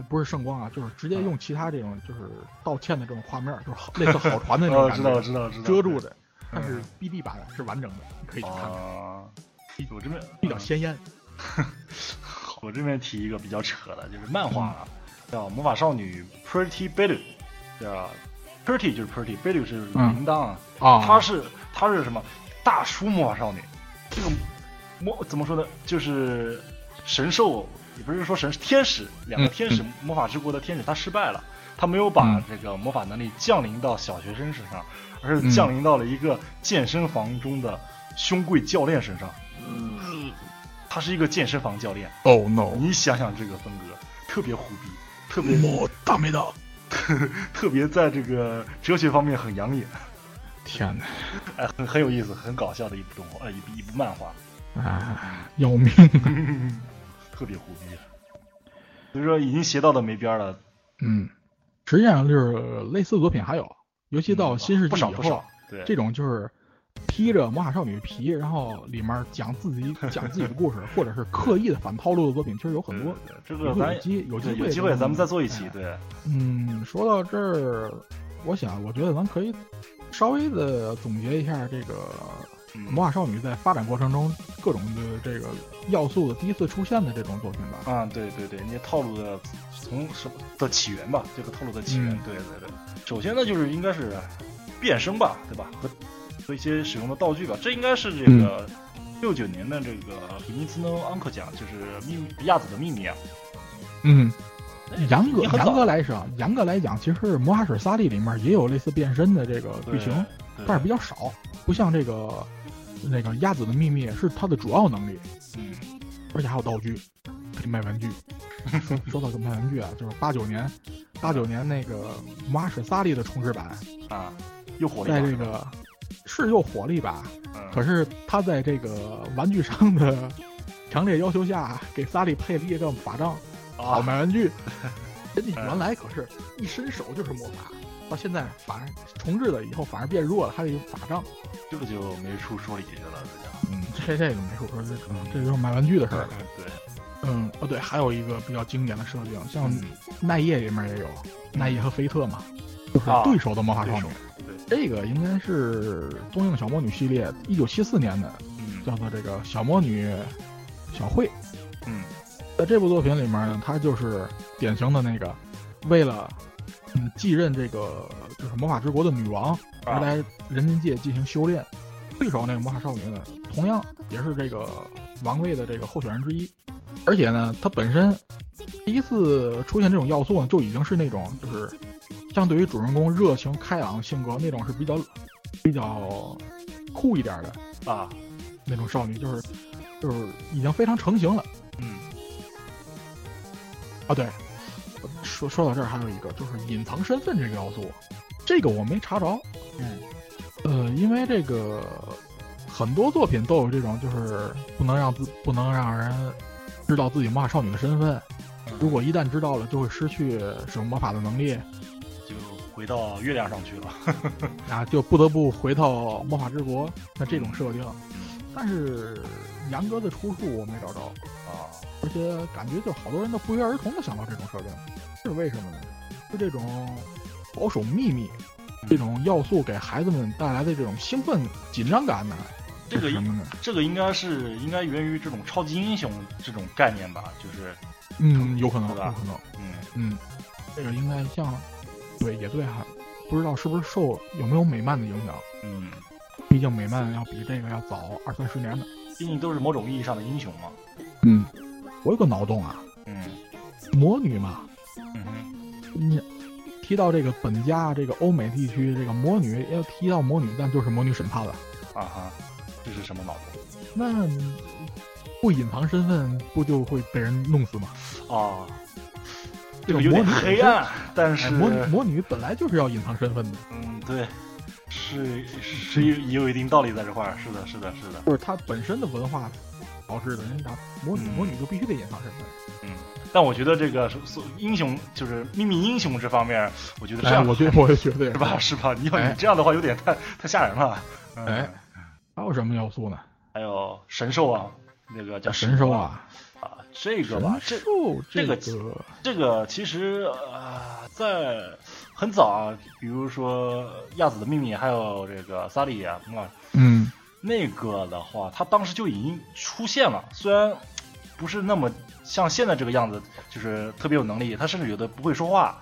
不是圣光啊，就是直接用其他这种就是道歉的这种画面，就是好类似好传的那种
哦，
感
知
觉，
道知道知道，
遮住
的
的。但是 BD 版是完整的，你可以去看看，
啊，我这边
比较鲜艳。
我这边提一个比较扯的，就是漫画啊，叫《魔法少女 Pretty Belly》，叫 Pretty 就是 Pretty，Belly 是铃铛啊，
啊
她是她是什么？大叔魔法少女，这个魔怎么说呢？就是神兽，也不是说神，是天使，两个
嗯
天使，魔法之国的天使，她失败了，她没有把
嗯
这个魔法能力降临到小学生身上，而是
嗯
降临到了一个健身房中的胸贵教练身上。他是一个健身房教练，
Oh no！
你想想这个风格，特别胡逼，特别
我大没到，
特别在这个哲学方面很养眼，
天
哎，很很有意思，很搞笑的一部动画，呃，一部一部漫画，
哪，啊，要命！
特别胡逼。所以说已经邪到的没边儿了，
嗯，实际上就是类似的作品还有，尤其到新世纪
嗯不
以
少
后，
不少，对，
这种就是披着魔法少女皮，然后里面讲自己讲自己的故事，或者是刻意的反套路的作品，确实有很
对
多。
对对这
以
个
后
咱
有机有机
嗯对
会
有机会咱们再做一
哎
期，对，
嗯，说到这儿，我想我觉得咱可以稍微的总结一下这个
嗯
魔法少女在发展过程中各种的这个要素的第一次出现的这种作品吧。
啊，对对对，那些套路的从什么的起源吧，这个套路的起源，
嗯
对对对。首先呢，就是应该是变声吧，对吧？和和一些使用的道具吧，这应该是这
嗯
个六九年的这个比尼茨诺安克奖，就是秘密比亚子的秘密啊。
嗯，严格
也很
严
早
格来说，严格来讲，其实《魔法使萨利》里面也有类似变身的这个
对
剧情。
对
但是比较少，不像这个那个鸭子的秘密是它的主要能力，
嗯
而且还有道具，可以卖玩具。 说说到这卖玩具啊，就是八九年，八九年那个《魔法使萨利》的重制版，
啊，又火了
在
一把，
这个是又火了一把，
嗯
可是他在这个玩具商的强烈要求下，给萨利配了一个法杖，好
啊，
卖玩 具。人家
嗯
原来可是一伸手就是魔法，到现在反而重置了以后反而变弱了，还有一个法杖。
这个就没处说理去了，这就
嗯，这这个没说，这这就是买玩具的事儿。
对，
嗯，哦对，还有一个比较经典的设定，像奈叶里面也有奈叶和菲特嘛，就是
啊
对手的魔法
对
少女
手。，嗯对，
这个应该是东映小魔女系列一九七四年的，
嗯
叫做这个小魔女小慧。
嗯
在这部作品里面呢，她就是典型的那个为了嗯继任这个就是魔法之国的女王而
啊，
来人间界进行修炼。对手那个魔法少女呢，同样也是这个王位的这个候选人之一，而且呢，她本身第一次出现这种要素呢，就已经是那种就是相对于主人公热情开朗性格那种是比较比较酷一点的
啊，
那种少女，就是就是已经非常成型了。
嗯
啊，对，说说到这儿还有一个就是隐藏身份这个要素，这个我没查着。
嗯，
呃，因为这个很多作品都有这种，就是不能让自不能让人知道自己魔法少女的身份，如果一旦知道了，就会失去使用魔法的能力，
就回到月亮上去了，
啊，就不得不回到魔法之国。那这种设定，但是杨哥的出处我没找着，
啊，
而且感觉就好多人都不约而同的想到这种设定，这是为什么呢？就这种保守秘密，
嗯
这种要素给孩子们带来的这种兴奋紧张感呢？
这个嗯
是什么呢？
这个应该是应该源于这种超级英雄这种概念吧，就是
嗯，有可能，有
对
可
吧
能。
嗯
嗯，这个应该像，对，也对哈、不知道是不是受有没有美漫的影响，
嗯，
毕竟美漫要比这个要早二三十年的。
毕竟都是某种意义上的英雄嘛，
嗯，我有个脑洞啊，
嗯
魔女嘛，
嗯哼
你提到这个本家这个欧美地区这个魔女，要提到魔女，那就是魔女审判了。
啊哈，这是什么脑洞
那不隐藏身份，不就会被人弄死吗？
啊？
这个
有
魔
点
女
黑暗，但是
哎，魔女魔女本来就是要隐藏身份的，
嗯，对，是是有也有一定道理在这块儿，是的，是的，是的，
就是它本身的文化导致的。人家魔女
嗯
魔女就必须得隐藏身份。
嗯。但我觉得这个所英雄就是秘密英雄这方面，我觉得这
哎，
样
我觉得我也觉得也
啊 是吧？？是吧？你要
哎
你这样的话，有点太太吓人了。嗯
哎，还有什么要素呢？
还有神兽啊，那个叫
神兽啊，
啊，这个
神
吧，这
兽
这
个
个这个其实呃，在很早啊，比如说《亚子的秘密》，还有这个《萨利》啊，那
嗯
那个的话，它当时就已经出现了，虽然呃不是那么像现在这个样子，就是特别有能力，他甚至有的不会说话，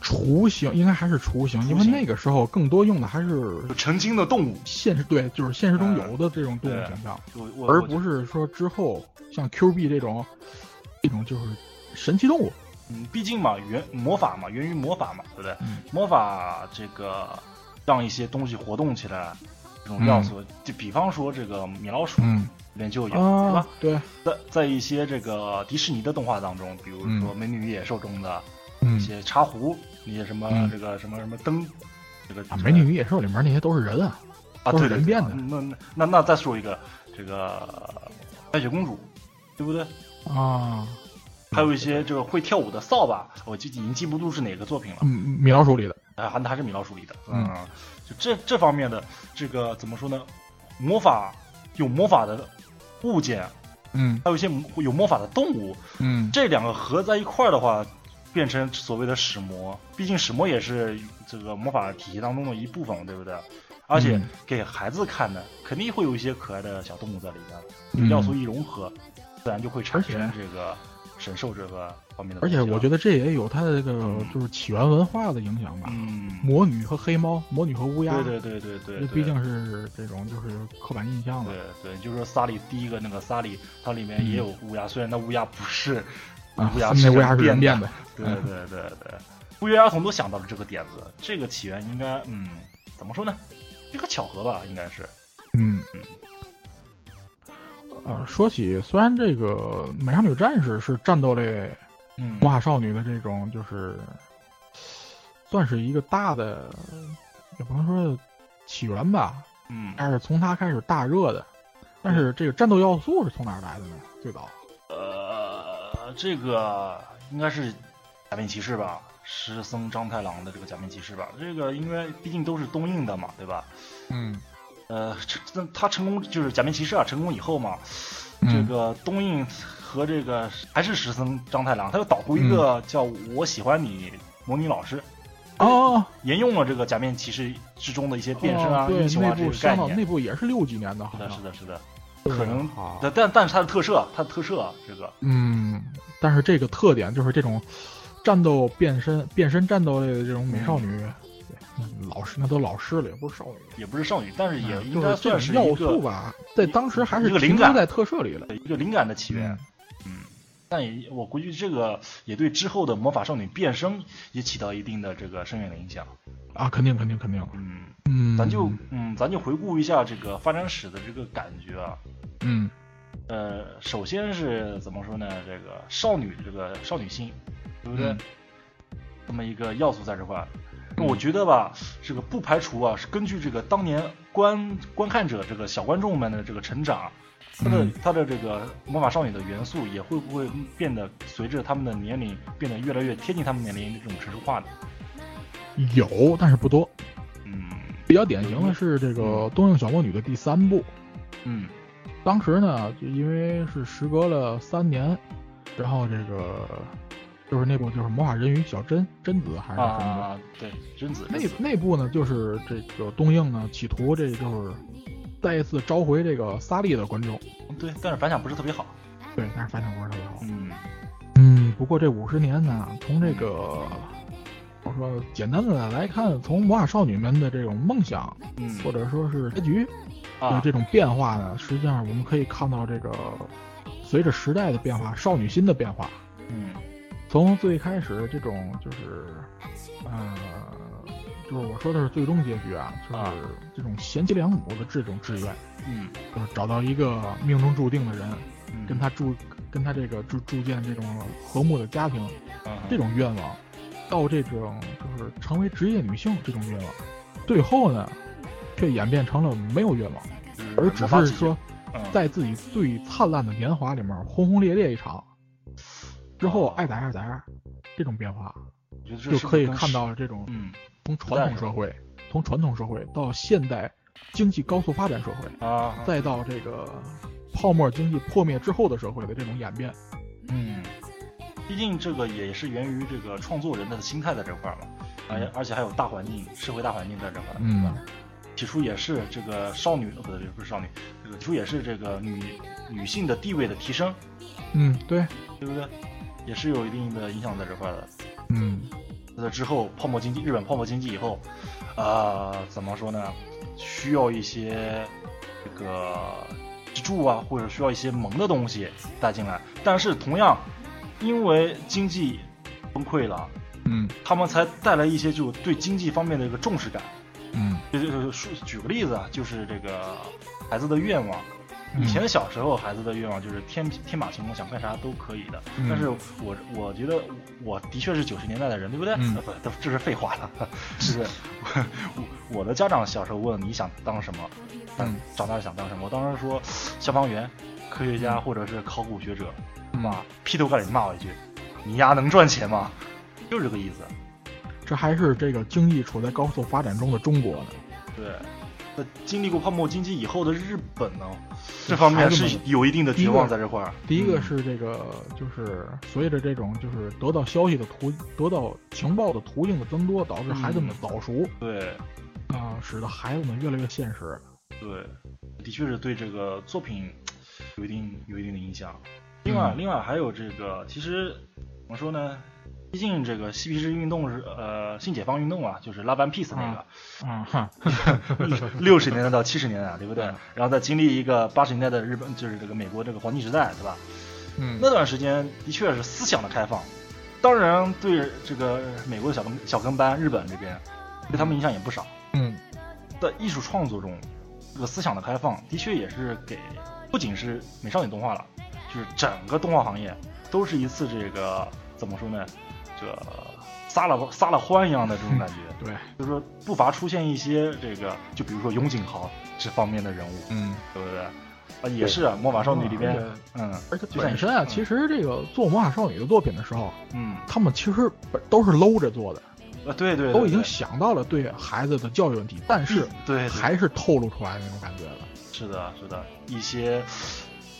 雏形应该还是雏形，因为
雏形
那个时候更多用的还是
就成精的动物。
现实对，就是现实中
哎
有的这种动物
对
形象。
我我
而
我
不是说之后像 Q 币这种，这种就是神奇动物。
嗯，毕竟嘛，源魔法嘛，源于魔法嘛，对不对？
嗯
魔法这个让一些东西活动起来，这种要素，就比方说这个米老鼠
嗯
里面就有，对
啊
吧？，
对，
在在一些这个迪士尼的动画当中，比如说《
嗯
美女与野兽》中的一
嗯
些茶壶，一些什么、
嗯
这个什么什么灯，这个
啊，美女与野兽里面那些都是人啊。
啊，
都
对
是
对
人
对
变的
那那那那再说一个这个白雪公主，对
嗯
不对？
啊，
还有一些这个会跳舞的扫把，我记已经记不住是哪个作品了。
嗯，米老鼠里的，
啊，还还是米老鼠里的，啊
嗯，
就这这方面的这个怎么说呢？魔法有魔法的物件，
嗯
还有一些有魔法的动物，
嗯，
这两个合在一块儿的话，变成所谓的使魔。毕竟使魔也是这个魔法体系当中的一部分，对不对？而且
嗯
给孩子看的，肯定会有一些可爱的小动物在里面，
嗯
要素一融合，自然就会产
而
生
且
这个神兽这个方面的
而
东西
且
了。
我觉得这也有它的这个就是起源文化的影响吧。
嗯，
魔女和黑猫，魔女和乌鸦，
对对对对对，
这
对
毕竟是这种就是刻板印象了
对。对，就是说萨利第一个那个萨利，它里面也有乌鸦，虽然那乌鸦不是
啊，
乌鸦
那乌鸦是
人
人
变
变，的，
对对嗯对对，不约而同都想到了这个点子，这个起源应该嗯怎么说呢？一个巧合吧，应该是。
嗯，呃，说起虽然这个《美少女战士》是战斗类
嗯
魔法少女的这种，就是算是一个大的，也不能说起源吧，
嗯，
但是从它开始大热的。但是这个战斗要素是从哪儿来的呢？最早
呃，这个应该是假面骑士吧，石僧章太郎的这个假面骑士吧，这个应该毕竟都是东映的嘛，对吧？
嗯，
呃，成他成功就是假面骑士啊，成功以后嘛，
嗯
这个东映和这个还是石森章太郎，他又捣鼓一
嗯
个叫“我喜欢你”魔女老师，
哦，
沿用了这个假面骑士之中的一些变身啊、
哦对，
英雄啊
内
这
部
个概
香港
念。
内部也是六几年的，好
是
像
的，是的，是的。
对啊
可能
好
但但但是他的特摄，他的特摄啊这个，
嗯，但是这个特点就是这种战斗变身、变身战斗类的这种美少女，嗯老师那都老师了，也不是少女，
也不是少女，但是也
嗯
应该
就
算
是
是
这种
一
要素
个
吧，在当时还是
一个灵
停留
感
在特摄里了。
一个灵感的起源
嗯。
嗯，但也我估计这个也对之后的魔法少女变声也起到一定的这个深远的影响。
啊，肯定肯定肯定，
嗯，
嗯，
咱就嗯，咱就回顾一下这个发展史的这个感觉啊。
嗯
呃，首先是怎么说呢？这个少女这个少女心，对不对？
嗯
这么一个要素在这块儿。那
嗯
我觉得吧，这个不排除啊，是根据这个当年观观看者这个小观众们的这个成长，他的
嗯
他的这个魔法少女的元素也会不会变得随着他们的年龄变得越来越贴近他们年龄这种成熟化呢？
嗯有，但是不多。
嗯
比较典型的是这个《东映小魔女》的第三部，
嗯
当时呢，就因为是时隔了三年，然后这个就是那部就是魔法人鱼小真真子还是什么的，
啊，对，贞子，贞
那
子
那部呢就是这个东映呢企图这就是再一次召回这个萨利的观众，
对，但是反响不是特别好。
对，但是反响不是特别好。
嗯
嗯，不过这五十年呢，从这个我说简单的来看，从魔法少女们的这种梦想
嗯，
或者说是结局
啊
就，这种变化呢，实际上我们可以看到这个随着时代的变化，少女心的变化。
嗯
从最开始这种就是，呃，就是我说的是最终结局啊，就是
啊
这种贤妻良母的这种志愿，
嗯
就是找到一个命中注定的人，
嗯，
跟他住，跟他这个住住建这种和睦的家庭，
嗯
这种愿望，到这种就是成为职业女性这种愿望，最后呢，却演变成了没有愿望，
嗯
而只是说。
嗯
在自己最灿烂的年华里面轰轰烈烈一场，之后爱咋样咋样，这种变化
我觉得这
就是可以
跟
看
时，
到这种
嗯
从传统社会，从传统社会到现代经济高速发展社会，
啊，
再到这个泡沫经济破灭之后的社会的这种演变。
嗯，毕竟这个也是源于这个创作人的心态在这块儿嘛，而且而且还有大环境、社会大环境在这块儿，
嗯
对吧，起初也是这个少女，呃不对，不是少女，这个起初也是这个女女性的地位的提升，
嗯，对，
对不对？也是有一定的影响在这块儿的。
嗯
在之后泡沫经济，日本泡沫经济以后，啊、怎么说呢？需要一些这个支柱啊，或者需要一些萌的东西带进来。但是同样，因为经济崩溃了，
嗯
他们才带来一些就对经济方面的一个重视感。
嗯，
就就就举举个例子啊，就是这个孩子的愿望。
嗯
以前小时候孩子的愿望就是天天马行空，想干啥都可以的。
嗯
但是我我觉得我的确是九十年代的人，对不对？
嗯
呃不， 都这是废话了。就是我我我的家长小时候问你想当什么，
嗯
长大了想当什么，我当时说消防员、科学家
嗯
或者是考古学者，
哇
哇，，劈头盖脸骂我一句：“你丫能赚钱吗？”就是这个意思。
这还是这个经济处在高速发展中的中国呢。
对，那经历过泡沫经济以后的日本呢，这方面
孩子
是
们
有一定的
第一
绝望在
个
这块儿。
第一个
嗯
是这个，就是随着这种就是得到消息的途，得到情报的途径的增多，导致孩子们
嗯
的早熟
对。
啊、使得孩子们越来越现实。
对，的确是对这个作品有一定有一定的影响。另外，
嗯
另外还有这个，其实怎么说呢？毕竟这个嬉皮士运动是呃性解放运动啊，就是 Love and Peace 那 个
啊哈，
六十、60年代到七十年代，啊对不对
嗯？
然后再经历一个八十年代的日本，就是这个美国这个黄金时代，对吧？
嗯
那段时间的确是思想的开放，当然对这个美国的小跟小跟班日本这边对他们影响也不少。
嗯
的艺术创作中，这个思想的开放的确也是给不仅是美少女动画了，就是整个动画行业都是一次这个怎么说呢，这个撒了撒了欢一样的这种感觉。
对，
就是说不乏出现一些这个，就比如说永井豪这方面的人物，
嗯，
对不对？啊，也是啊，《魔法少女》里
哦
边，嗯
而且
就像
本
你
身啊，
嗯
其实这个做魔法少女的作品的时候，
嗯，
他们其实本都是搂着做的，
啊，对对，对
都已经
对嗯
想到了对孩子的教育问题，但是
对对
还是透露出来那种感觉了。
是的，是的，一些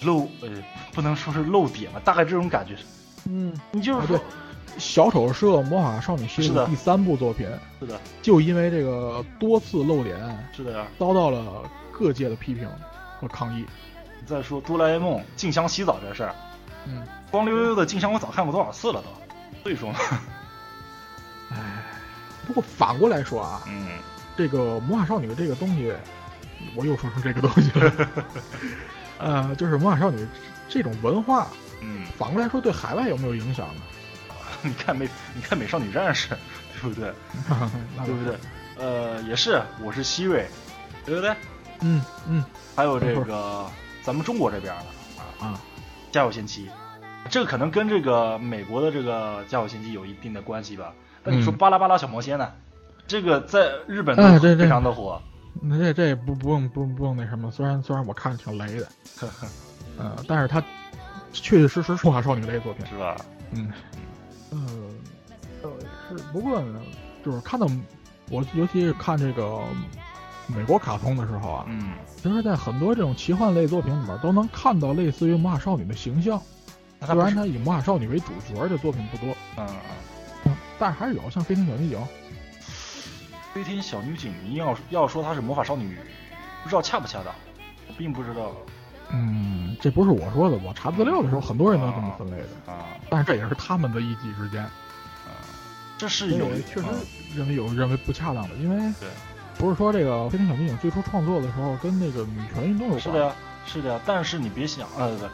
漏呃，不能说是漏点吧，大概这种感觉。
嗯，
你就是
啊
说，
小丑社魔法少女系列
是的
的第三部作品，
是的，
就因为这个多次露脸，
是的呀。
遭到了各界的批评和抗议。
你再说哆啦 A 梦静香洗澡这事儿，
嗯，
光溜溜的静香我早看过多少次了都。所以说嘛，
不过反过来说啊，
嗯，
这个魔法少女这个东西，我又说出这个东西了。 呃，就是魔法少女这种文化，
嗯，
反过来说对海外有没有影响呢？
你看美，你看美少女战士，对不 对？
那
对不对？？呃，也是，我是希瑞，对不对？
嗯嗯
还有这
没
个 咱们中国这边的啊，
啊，
《家有仙妻》，这个可能跟这个美国的这个《家有仙妻》有一定的关系吧。那你说
嗯
《巴拉巴拉小魔仙》呢？这个在日本
哎
都
对对
非常的火，
那这这不不用不用不用那什么，虽然虽然我看着挺雷的，呃，但是它确确实实是魔法少女类的作品。
是吧？
嗯，呃，呃是，不过呢，就是看到我，尤其是看这个美国卡通的时候啊，
嗯，
其实，在很多这种奇幻类作品里面，都能看到类似于魔法少女的形象。
那它
虽
不
然
是，
它以魔法少女为主角的作品不多，
嗯嗯，
但是还是有，像《飞天小女警》。
飞天小女警，你要要说她是魔法少女，不知道恰不恰当，我并不知道
嗯，这不是我说的，我查资料的时候，很多人都这么分类的。
啊
但是这也是他们的一己之间，
啊，这是
所以
有
我
一
确实
嗯
认为有认为不恰当的，因为
对
不是说这个《飞天小女警》最初创作的时候跟那个女权运动有关。
是的呀，是的呀，但是你别想，呃，不，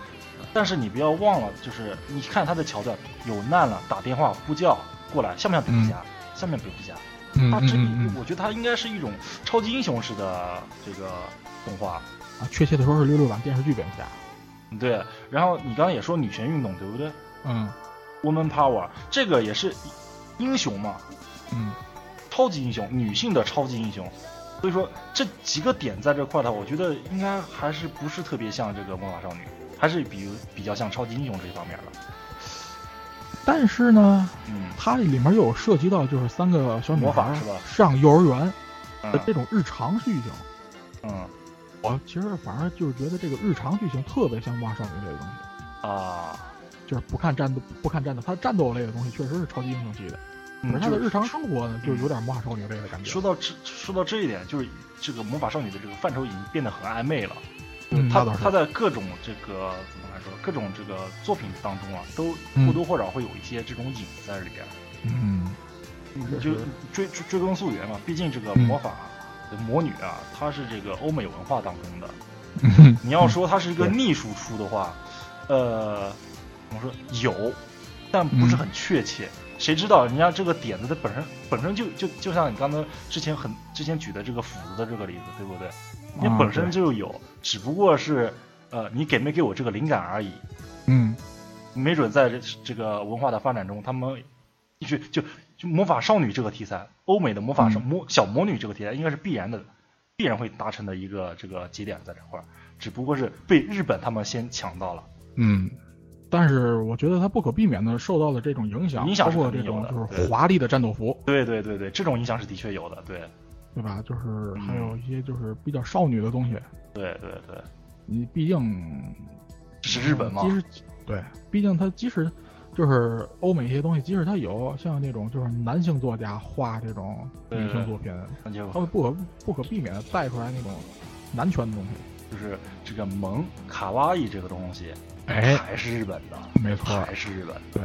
但是你不要忘了，就是你看他的桥段，有难了打电话呼叫过来，像不像蝙蝠侠？像不像蝙蝠侠？
嗯，
他
嗯
这个
嗯嗯
我觉得他应该是一种超级英雄式的这个动画，
啊，确切的说是六六版电视剧蝙蝠侠。
对。然后你刚才也说女权运动，对不对
嗯
？Woman Power 这个也是英雄嘛，
嗯，
超级英雄，女性的超级英雄。所以说这几个点在这块的话，我觉得应该还是不是特别像这个魔法少女，还是比比较像超级英雄这一方面的。
但是呢，
嗯，
它里面又有涉及到就是三个小女
魔
孩
法
儿
是吧
上幼儿园的这
嗯
种日常剧情。
嗯
我其实反而就是觉得这个日常剧情特别像《魔法少女》这个东西，
啊，
就是不看战斗，不看战斗，它战斗类的东西确实是超级英雄系的，可是
嗯，
它的
就
日
是
常生活呢，就
嗯
有点《魔法少女》类的感觉。
说到这，说到这一点，就是这个魔法少女的这个范畴已经变得很暧昧了。
嗯
她
那倒是
她在各种这个怎么来说，各种这个作品当中啊，都
嗯
或多或少会有一些这种影子在里边。
嗯，
你
确
就
实
追追追根溯源嘛，毕竟这个
嗯
魔法、魔女啊，她是这个欧美文化当中的。
嗯
你要说它是一个
对
逆输出的话，呃，怎么说有，但不
嗯
是很确切。谁知道人家这个点子它本身本身就就就像你刚才之前很之前举的这个斧子的这个例子，对不对？你
啊
本身就有，只不过是呃你给没给我这个灵感而已。
嗯
没准在这这个文化的发展中，他们就就就魔法少女这个题材，欧美的魔法少
嗯
魔、小魔女这个题材，应该是必然的，必然会达成的一个这个节点在这块儿，只不过是被日本他们先抢到了。
嗯。但是我觉得它不可避免的受到了这种影响，
影响
包
是
括
肯
这
定有
种
的
就
对
是华丽的战斗服，
对对对对，这种影响是的确有的。对
对吧？就是
嗯
还有一些就是比较少女的东西，
对对对，
你毕竟
这是日本嘛
即？使对，毕竟它即使就是欧美一些东西，即使它有像那种就是男性作家画这种
对
女性作品，
那就
他会不可不可避免的带出来那种男权的东西。
就是这个萌卡哇伊这个东西，
哎
还是日本的，
没错嗯
还是日本的。嗯
对，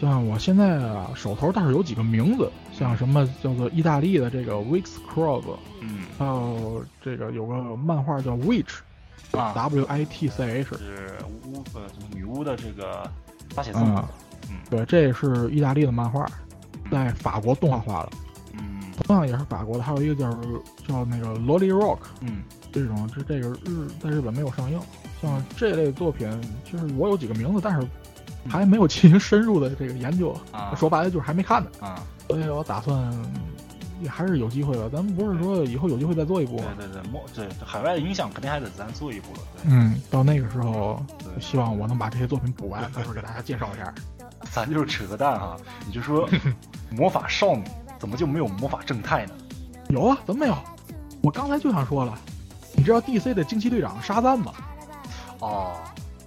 像我现在啊，手头倒是有几个名字，像什么叫做意大利的这个 Wix Cross，
嗯
还有这个有个漫画叫 Witch。
啊
W I T C H，
是巫呃什么女巫的这个大写字母
嗯。，对，这是意大利的漫画，在法国动画化了。
嗯，
同样也是法国的，还有一个叫叫那个《Lolly Rock》
嗯
这种，这这个日在日本没有上映。像这类作品，就是我有几个名字，但是还没有进行深入的这个研究，
啊
说白了就是还没看呢。
啊，
所以我打算也还是有机会吧，咱们不是说以后有机会再做一部
对
吗，
对对，莫对海外的影响肯定还得咱做一步了，
嗯，到那个时候，
对对，
希望我能把这些作品补完，到时候给大家介绍一下。
咱就是扯个蛋哈，你就 说魔法少女怎么就没有魔法正太呢？
有啊，怎么没有？我刚才就想说了，你知道 DC 的惊奇队长沙赞吗？
哦，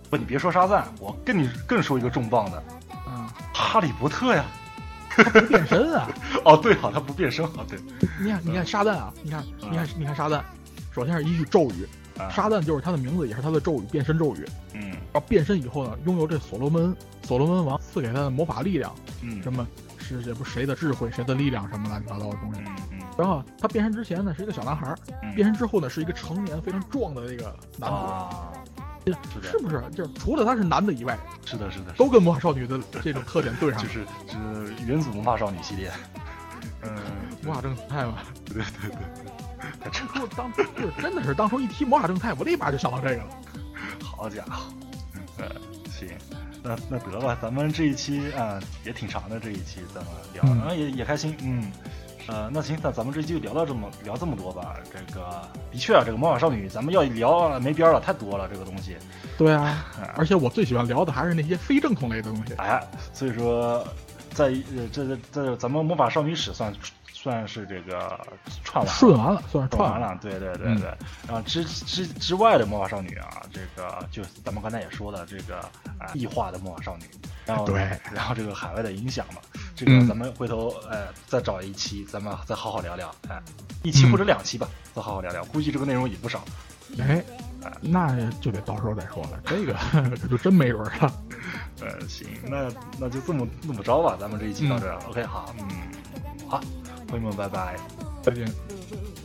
不，你别说沙赞，我跟你更说一个重磅的，
嗯，
哈利波特呀！
变身啊！
哦，对哈、他不变身啊，对，
你看，你看沙赞啊，你看，
嗯
你看，你看沙赞，首先是一句咒语，
啊
沙赞就是他的名字，也是他的咒语，变身咒语。
嗯
然后变身以后呢，拥有这所罗门所罗门王赐给他的魔法力量，
嗯
什么是这不谁的智慧，谁的力量，什么乱七八糟的东西。
嗯嗯
然后他变身之前呢是一个小男孩儿，
嗯，
变身之后呢是一个成年非常壮的这个男子，
啊，是
是
的，
不是？就是除了他是男的以外，
是的，是的，
都跟魔法少女的这种特点对上
就
了。
是就是元祖魔法少女系列，嗯，
魔法正太嘛，
对对对，太扯，
就当就是真的是当初一提魔法正太，我立马就想到这个了。
好家伙，呃，行。那那得吧，咱们这一期啊、也挺长的，这一期咱们聊，
嗯
啊也也开心，嗯，呃，那行，那咱们这期就聊到这么聊这么多吧。这个的确啊，这个魔法少女咱们要一聊啊没边儿了，太多了这个东西。
对啊，而且我最喜欢聊的还是那些非正统类的东西。
哎，所以说，在呃这这这咱们魔法少女史算算是这个串完
顺完了，算是
串
串
完
完了。嗯
了，对对对对。然后之之之外的魔法少女啊，这个就咱们刚才也说了，这个啊异化的魔法少女，然后
对
然后这个海外的影响嘛，这个
嗯
咱们回头呃再找一期，咱们呃再好好聊聊，哎，一期或者两期吧，再好好聊聊，估计这个内容也不少。
哎，那就得到时候再说了，这个 可就真没准儿了。
呃，行，那那就这么这么着吧，咱们这一期到
嗯
这儿、OK，好，嗯，好，朋友们，拜拜。
再见。
boo boo